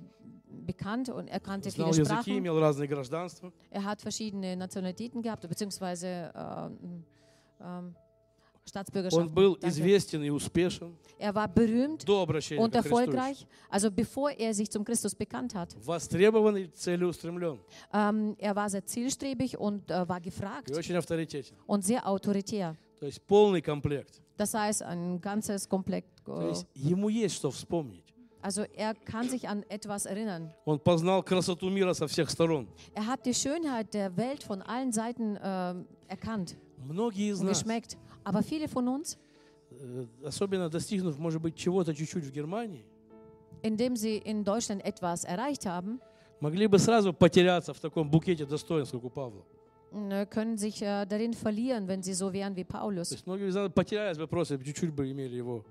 S4: bekannt und er kannte
S5: знал
S4: viele
S5: языки,
S4: Sprachen.
S5: имел разные гражданства.
S4: Er hat verschiedene Nationalitäten gehabt, beziehungsweise ähm, ähm,
S5: Он
S4: Staatsbürgerschaften.
S5: был
S4: Danke.
S5: известен и успешен
S4: Er war berühmt
S5: до обращения
S4: und
S5: к Христу.
S4: erfolgreich, also bevor er sich zum Christus bekannt hat.
S5: Востребован и целеустремлен.
S4: Ähm, er war sehr zielstrebig und äh, war gefragt
S5: И очень авторитетен.
S4: und sehr autoritär.
S5: То есть полный комплект.
S4: Das heißt, ein ganzes Komplett.
S5: То
S4: Äh,
S5: есть ему есть что вспомнить.
S4: also er kann sich an etwas erinnern.
S5: Он познал красоту мира со всех сторон.
S4: Er hat die Schönheit der Welt von allen Seiten ähm, erkannt
S5: Многие из
S4: und
S5: нас,
S4: geschmeckt. Aber viele von uns,
S5: э, особенно достигнув, может быть, чего-то чуть-чуть в Германии,
S4: indem sie in Deutschland etwas erreicht haben,
S5: могли бы сразу потеряться в таком букете достоинств, как у Павла.
S4: äh, können sich äh, darin verlieren, wenn sie so wären wie
S5: То
S4: Paulus.
S5: есть многие из нас потерялись бы просто, чуть-чуть бы имели его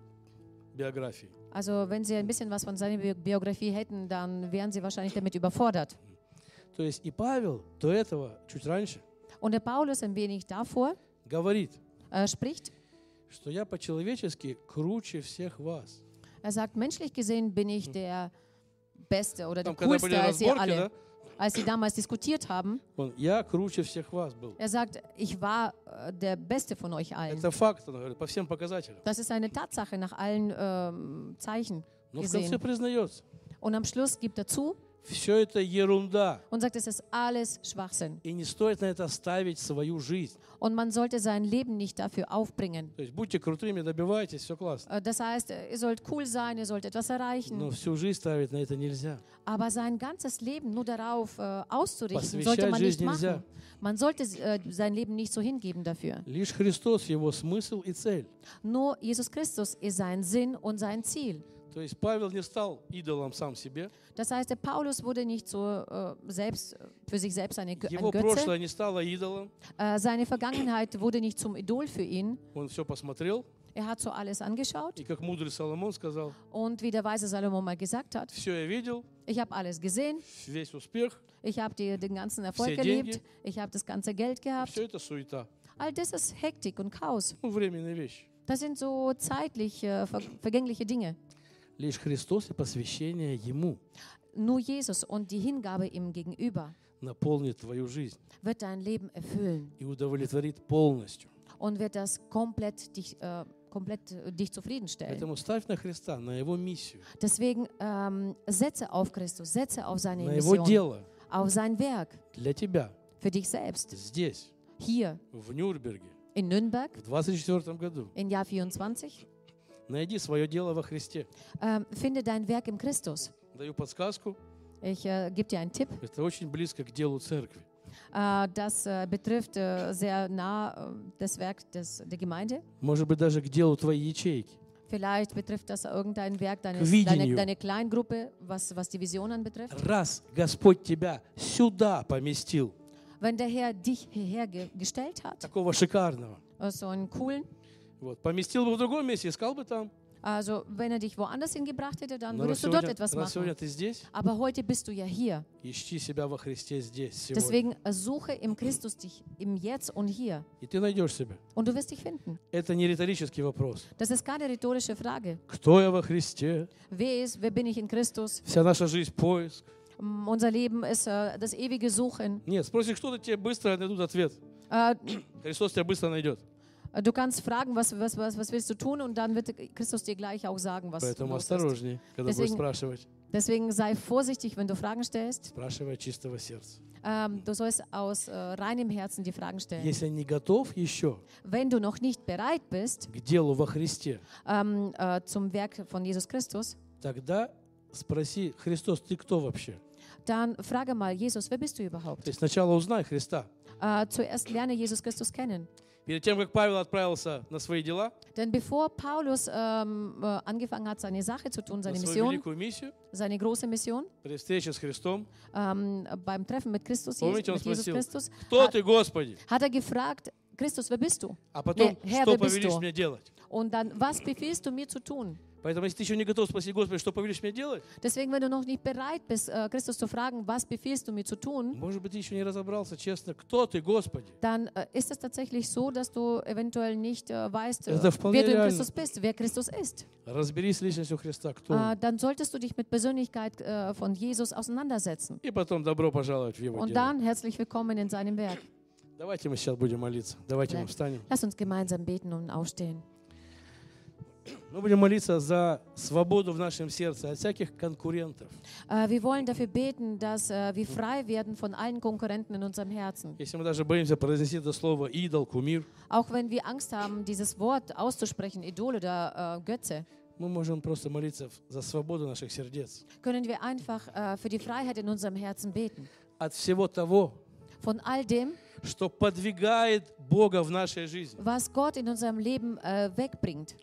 S5: биографии.
S4: Also wenn sie ein bisschen was von seiner Bi- Biografie hätten, dann wären sie wahrscheinlich damit überfordert.
S5: То есть и Павел до этого, чуть раньше,
S4: Und der Paulus ein wenig davor
S5: говорит,
S4: äh, spricht,
S5: что я по-человечески круче всех вас.
S4: er sagt, menschlich gesehen bin ich der Beste oder der
S5: Там, когда были
S4: Coolste als ihr
S5: разборки,
S4: alle.
S5: да,
S4: Als sie damals diskutiert haben,
S5: он, я круче всех вас был.
S4: Er sagt, ich war äh, der Beste von euch allen.
S5: Это факт, он говорит, по всем показателям.
S4: Das ist eine Tatsache nach allen ähm, Zeichen
S5: Но в конце
S4: gesehen.
S5: признается,
S4: Und am Schluss gibt er zu
S5: все это ерунда,
S4: und sagt, es ist alles Schwachsinn.
S5: и не стоит на это ставить свою жизнь.
S4: Und man sollte sein Leben nicht dafür aufbringen.
S5: То есть будьте крутыми, добивайтесь, все классно.
S4: Äh, Das heißt, äh, ihr sollt cool sein, ihr sollt etwas
S5: Но
S4: erreichen,
S5: всю жизнь ставить на это нельзя.
S4: aber sein ganzes Leben nur darauf äh, auszurichten,
S5: Посвящать
S4: sollte man nicht
S5: жизнь нельзя.
S4: machen. Man sollte äh, sein Leben nicht so hingeben dafür.
S5: Лишь Христос, его смысл и цель.
S4: Nur Jesus Christus ist sein Sinn und sein Ziel.
S5: То есть Павел не стал идолом сам себе,
S4: Das heißt, der Paulus wurde nicht so äh, selbst, für sich selbst eine, Gö- ein
S5: его
S4: Götze,
S5: прошлое не стало идолом,
S4: Äh, seine Vergangenheit wurde nicht zum Idol für ihn.
S5: он все посмотрел,
S4: Er hat so alles angeschaut
S5: и как мудрый Соломон сказал,
S4: und wie der weise Salomo mal gesagt hat,
S5: все я видел,
S4: ich habe alles gesehen,
S5: весь успех,
S4: ich habe die- den ganzen Erfolg
S5: Все деньги.
S4: erlebt, ich habe das ganze Geld gehabt.
S5: все это суета,
S4: All das ist Hektik und Chaos.
S5: ну, временные вещи.
S4: Das sind so zeitlich äh, ver vergängliche Dinge.
S5: Лишь Христос и посвящение Ему
S4: Nur Jesus und die Hingabe ihm gegenüber
S5: наполнит твою жизнь
S4: wird dein Leben erfüllen
S5: и удовлетворит полностью.
S4: und wird das komplett dich, äh, komplett äh, dich zufriedenstellen.
S5: Поэтому ставь на Христа, на Его миссию,
S4: Deswegen ähm, setze auf Christus, setze auf seine
S5: на Его
S4: Mission,
S5: дело
S4: auf sein Werk
S5: для тебя
S4: für dich selbst.
S5: здесь,
S4: hier
S5: в Нюрнберге,
S4: in Nürnberg
S5: в 24 году.
S4: im Jahr 24.
S5: Найди свое дело во Христе.
S4: Ähm, finde dein Werk im Christus.
S5: Даю подсказку,
S4: Ich äh, gebe dir einen Tipp.
S5: это очень близко к делу церкви.
S4: Äh, das äh, betrifft äh, sehr nah äh, das Werk des, der Gemeinde.
S5: Может быть, даже к делу твоей ячейки.
S4: Vielleicht betrifft das irgendein Werk deines,
S5: Видению.
S4: deine, deine Kleingruppe, was, was die Visionen betrifft.
S5: Раз Господь тебя сюда поместил,
S4: Wenn der Herr dich hierher ge gestellt hat,
S5: такого шикарного,
S4: äh, so einen coolen,
S5: вот, поместил бы в другом месте, искал бы там.
S4: also wenn er dich woanders hingebracht hätte, dann
S5: Но раз
S4: würdest du dort
S5: сегодня,
S4: etwas
S5: раз сегодня
S4: machen.
S5: ты здесь,
S4: Aber heute bist du ja hier.
S5: ищи себя во Христе здесь, сегодня.
S4: Deswegen äh, suche im Christus dich im Jetzt und hier.
S5: И ты найдешь себя.
S4: Und du wirst dich finden.
S5: Это не риторический вопрос.
S4: Das ist keine rhetorische Frage.
S5: Кто я во Христе?
S4: Wer ist, wer bin ich in Christus?
S5: Вся наша жизнь поиск.
S4: M, Unser Leben ist äh, das ewige Suchen.
S5: Нет, спроси, кто-то тебе быстро найдут ответ.
S4: Äh,
S5: Христос тебя быстро найдет.
S4: du kannst fragen, was, was, was, was willst du tun und dann wird Christus dir gleich auch sagen, was du
S5: Поэтому
S4: los ist.
S5: осторожней, когда будешь
S4: Deswegen-
S5: спрашивать.
S4: Deswegen sei vorsichtig, wenn du Fragen stellst.
S5: Спрашивай от чистого сердца.
S4: Ähm, du sollst aus äh, reinem Herzen die Fragen stellen.
S5: Если не готов еще
S4: Wenn du noch nicht bereit bist
S5: к делу во Христе,
S4: ähm, äh, zum Werk von Jesus Christus,
S5: тогда спроси, Христос, ты кто вообще?
S4: dann frage mal Jesus, wer bist du
S5: То
S4: überhaupt?
S5: есть сначала узнай Христа.
S4: Äh, zuerst lerne Jesus Christus kennen.
S5: Перед тем, как Павел отправился на свои дела,
S4: Denn bevor Paulus ähm, äh, angefangen hat, seine Sache zu tun,
S5: на
S4: seine
S5: свою
S4: Mission,
S5: великую миссию,
S4: seine große Mission,
S5: при встрече с Христом,
S4: ähm, beim Treffen mit Christus, Jesus,
S5: Помните, он
S4: mit Jesus
S5: спросил,
S4: Christus,
S5: «Кто
S4: hat,
S5: ты, Господи?»
S4: hat er gefragt, Christus, wer bist du?
S5: А потом,
S4: Не, Herr,
S5: что
S4: wer bist
S5: повелишь
S4: du?
S5: мне делать?
S4: Und dann, was befiehlst du mir zu tun?
S5: Поэтому, если ты еще не готов спросить, Господи, что повелишь мне делать,
S4: Deswegen, wenn du noch nicht bereit bist, äh, Christus zu fragen, was befiehlst du mir zu tun,
S5: может быть, ты еще не разобрался, честно, кто ты, Господи.
S4: dann äh, ist es tatsächlich so, dass du eventuell nicht äh, weißt, äh,
S5: Das ist völlig
S4: wer du in
S5: real.
S4: Christus bist, wer Christus ist.
S5: Разберись с личностью Христа, кто
S4: Äh,
S5: он.
S4: dann solltest du dich mit Persönlichkeit äh, von Jesus auseinandersetzen.
S5: И потом добро пожаловать в Его
S4: Und
S5: дело.
S4: dann herzlich willkommen in seinem Werk.
S5: Давайте мы сейчас будем молиться. Давайте
S4: Да.
S5: мы встанем.
S4: Lass uns gemeinsam beten und aufstehen.
S5: Мы будем молиться за свободу в нашем сердце от всяких конкурентов.
S4: Äh, wir wollen dafür beten, dass äh, wir frei werden von allen Konkurrenten in unserem Herzen.
S5: Если мы даже боимся произнести это слово «идол», «кумир»,
S4: Auch wenn wir Angst haben, dieses Wort auszusprechen, Idol oder äh, Götze,
S5: мы можем просто молиться в- за свободу наших сердец.
S4: können wir einfach äh, für die Freiheit in unserem Herzen beten.
S5: От всего того,
S4: Von all dem,
S5: что подвигает Бога в нашей жизни.
S4: was Gott in unserem Leben äh, wegbringt,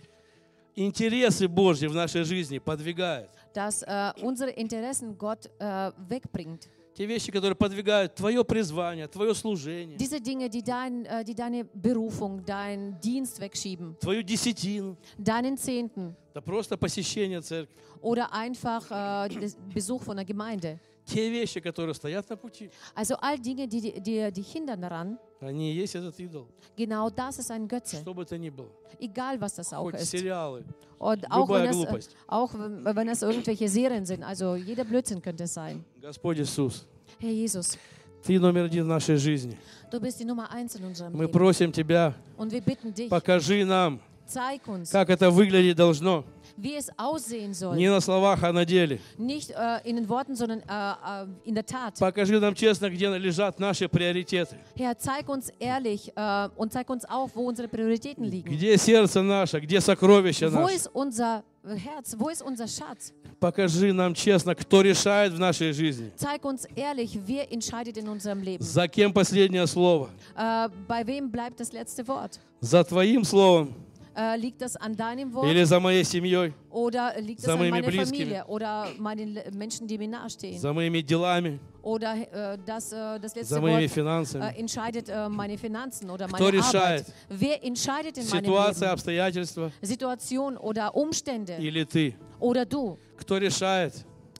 S5: Интересы Божьи в нашей жизни подвигает.
S4: dass äh, unsere Interessen Gott äh, wegbringt.
S5: Те вещи, которые подвигают твое призвание, твое служение,
S4: Diese Dinge, die, dein, äh, die deine Berufung, deinen Dienst wegschieben,
S5: твою десятину,
S4: deinen Zehnten
S5: да просто посещение церкви.
S4: oder einfach äh, des- Besuch von der Gemeinde.
S5: Те вещи, которые стоят на пути,
S4: Also all Dinge, die dir die, die hindern daran,
S5: они и есть этот идол.
S4: genau das ist ein Götze,
S5: Что бы это ни было.
S4: egal was das auch
S5: Хоть
S4: ist.
S5: сериалы,
S4: Und auch wenn es,
S5: Любая
S4: äh,
S5: Глупость.
S4: auch wenn wenn es irgendwelche Serien sind, also jeder Blödsinn könnte es sein.
S5: Господь Иисус,
S4: Herr Jesus,
S5: Ты номер один в нашей жизни.
S4: du bist die Nummer eins in unserem
S5: Мы
S4: Leben.
S5: просим Тебя,
S4: Und wir bitten dich,
S5: покажи нам,
S4: zeig uns,
S5: как это выглядеть должно.
S4: wie es aussehen soll.
S5: Не на словах, а на деле.
S4: Nicht äh, in den Worten, sondern äh, äh, in der Tat.
S5: Покажи нам честно, где лежат наши приоритеты.
S4: Herr, zeig uns ehrlich äh, und zeig uns auch, wo unsere Prioritäten liegen.
S5: Где сердце наше, где сокровище
S4: Wo
S5: наше.
S4: ist unser Herz? Wo ist unser Schatz?
S5: Покажи нам честно, кто решает в нашей жизни.
S4: Zeig uns ehrlich, wer entscheidet in unserem Leben?
S5: За кем последнее слово?
S4: Äh, bei wem bleibt das letzte Wort?
S5: За Твоим словом
S4: Äh, liegt das an deinem Wort?
S5: или за моей семьей,
S4: Oder liegt es
S5: За
S4: an
S5: моими
S4: meiner
S5: близкими.
S4: Familie oder meinen Le- Menschen, die mir nahestehen?
S5: за моими делами,
S4: Oder äh, das, äh, das letzte
S5: за моими
S4: Wort
S5: финансами?
S4: äh, entscheidet äh, meine Finanzen oder
S5: Кто
S4: meine Arbeit?
S5: решает?
S4: Wer entscheidet in meinem
S5: Ситуация,
S4: Leben?
S5: обстоятельства
S4: Situation oder Umstände
S5: или ты?
S4: oder du?
S5: Кто решает?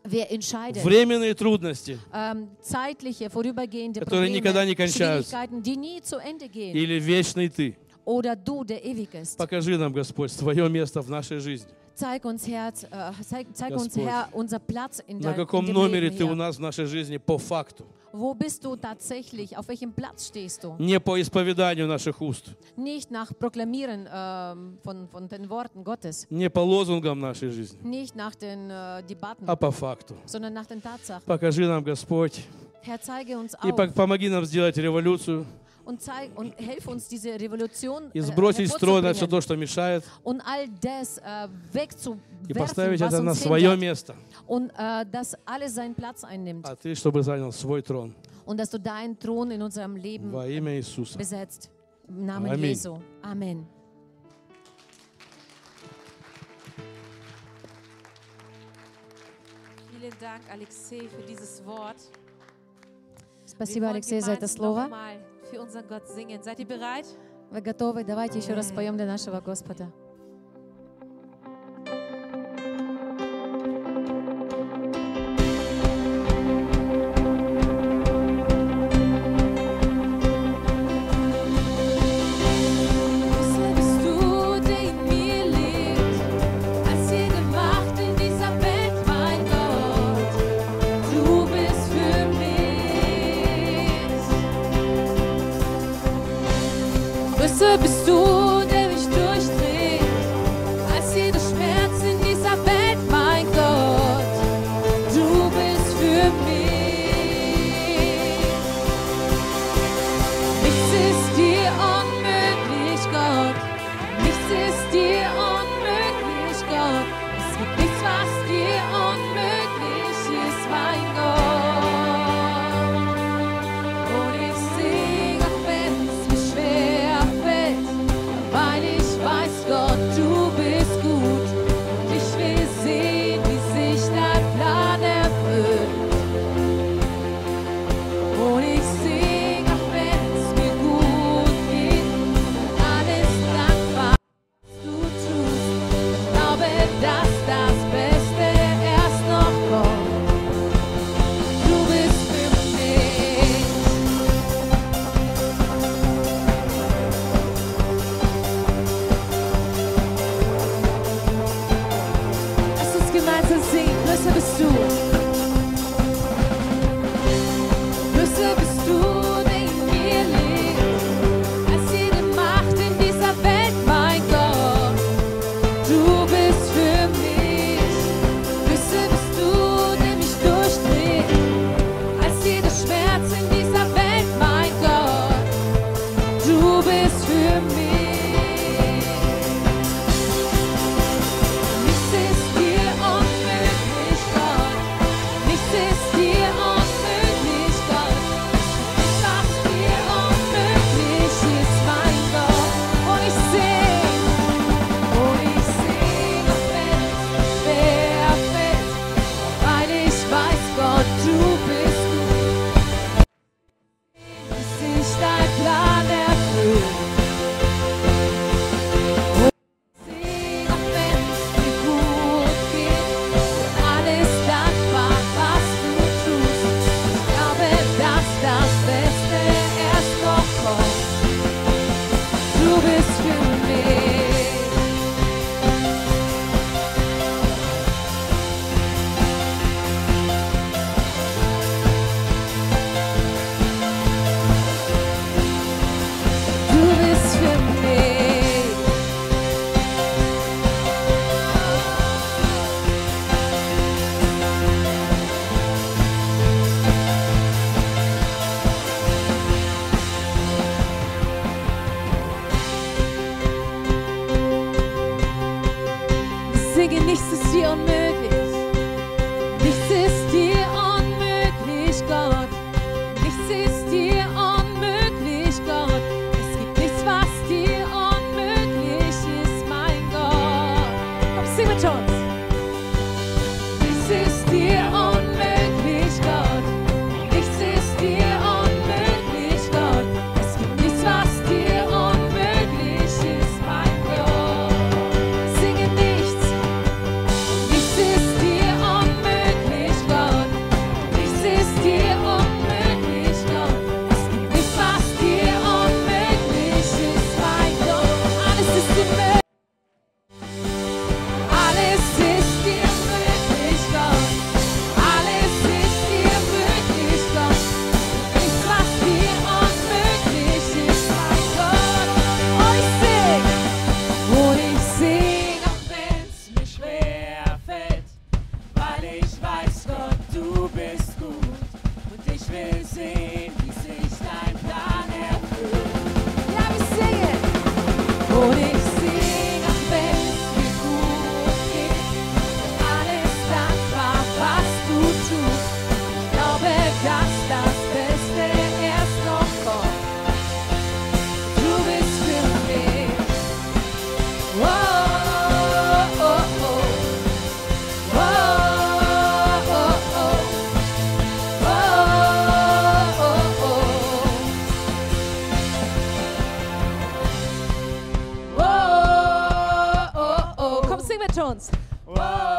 S4: Wer entscheidet?
S5: Временные трудности
S4: Ähm, zeitliche, vorübergehende
S5: Которые
S4: Probleme,
S5: никогда не кончаются.
S4: Schwierigkeiten, die nie zu Ende gehen.
S5: или вечный ты?
S4: Oder du, der ewig ist.
S5: Покажи нам, Господь, свое место в нашей жизни.
S4: Zeig uns, Herz, äh, zeig, zeig uns,
S5: Господь,
S4: Herr, unser Platz in,
S5: На
S4: dein,
S5: каком
S4: in dem
S5: номере
S4: Leben
S5: ты у
S4: hier.
S5: нас в нашей жизни по факту,
S4: Wo bist du tatsächlich? Auf welchem Platz stehst du?
S5: не по исповеданию наших уст,
S4: Nicht nach Proklamieren ähm, von, von den Worten Gottes,
S5: не по лозунгам нашей жизни,
S4: nicht nach den äh, Debatten,
S5: а по факту.
S4: sondern nach den Tatsachen.
S5: Покажи нам, Господь,
S4: Herr, zeige uns
S5: и
S4: auf
S5: по- помоги нам сделать революцию
S4: und, zeig, und helf uns, diese Revolution
S5: и
S4: äh,
S5: сбросить с трона все
S4: hervorzubringen
S5: то, что мешает,
S4: und all das äh,
S5: и поставить
S4: wegzuwerfen, was
S5: это на
S4: uns
S5: свое
S4: hindert.
S5: место,
S4: und äh, dass alles seinen Platz einnimmt
S5: а ты, чтобы занял свой трон
S4: und dass du deinen Thron in unserem Leben
S5: во имя Иисуса.
S4: besetzt. Im Namen
S5: Amen.
S4: Jesu. Amen.
S1: Vielen Dank, Alexei, für dieses Wort. Wir
S4: Спасибо,
S1: wollen
S4: Алексей, за это
S1: gemeinsam
S4: слово.
S1: nochmal Für unseren Gott singen. Seid ihr bereit?
S4: Вы готовы? Давайте еще раз споем для нашего Господа.
S1: Bisher bist du, der in mir lebt, als jede Macht in dieser Welt, mein Gott. Du bist für mich. Bisher bist du, der mich durchdringt, als jeder Schmerz in dieser Welt, mein Gott. Du bist für mich. Nichts ist dir unmöglich, Gott. Nichts ist dir unmöglich, Gott. Es gibt nichts, was dir unmöglich ist, mein Gott. Und ich sing, auch wenn's mir schwer fällt, weil ich weiß, bist für mich. Nichts ist dir unmöglich, Gott. Nichts ist dir unmöglich, Gott. Was dir unmöglich ist, mein Gott. Und ich sing, und ich sing fest, wer fest, weil ich weiß, Gott, du bist gut. Bis sich dein Plan erfüllt. Seh auch wenn es dir gut geht und alles dankbar, was du tust. Ich glaube, dass das Beste erst noch kommt. Du bist für mich. Du bist für mich. Singe, nichts ist dir unmöglich. Nichts ist dir unmöglich, Gott. Nichts ist dir unmöglich, Gott. Es gibt nichts, was dir unmöglich ist, mein Gott. Komm, sing mit uns. Nichts ist dir unmöglich, Gott. Nichts ist dir unmöglich, Gott. Es gibt nichts, was dir unmöglich ist, mein Gott. Singe nichts. Nichts ist dir unmöglich, Gott. Nichts ist dir unmöglich, Gott. Es gibt nichts, was dir unmöglich ist, mein Gott. Alles ist dir möglich. Alles ist dir möglich, Gott. Alles ist dir möglich, Gott. Nichts, was dir unmöglich ist, mein Gott. Und ich sing, und ich sing, auch wenn's mir schwer fällt.
S2: weil ich weiß, Gott, du bist gut. Und ich will sehen, wie sich dein Plan erfüllt.
S1: Ja, wir singen. Und ich sing, auch wenn's mir gut geht. Alles dankbar, was du tust. Ich glaube, dass das Beste erst noch kommt. Du bist für mich. Oh, oh, oh, oh. Oh, oh, oh. Oh, oh, oh. Whoa, oh, oh. Komm, sing mit uns. Whoa.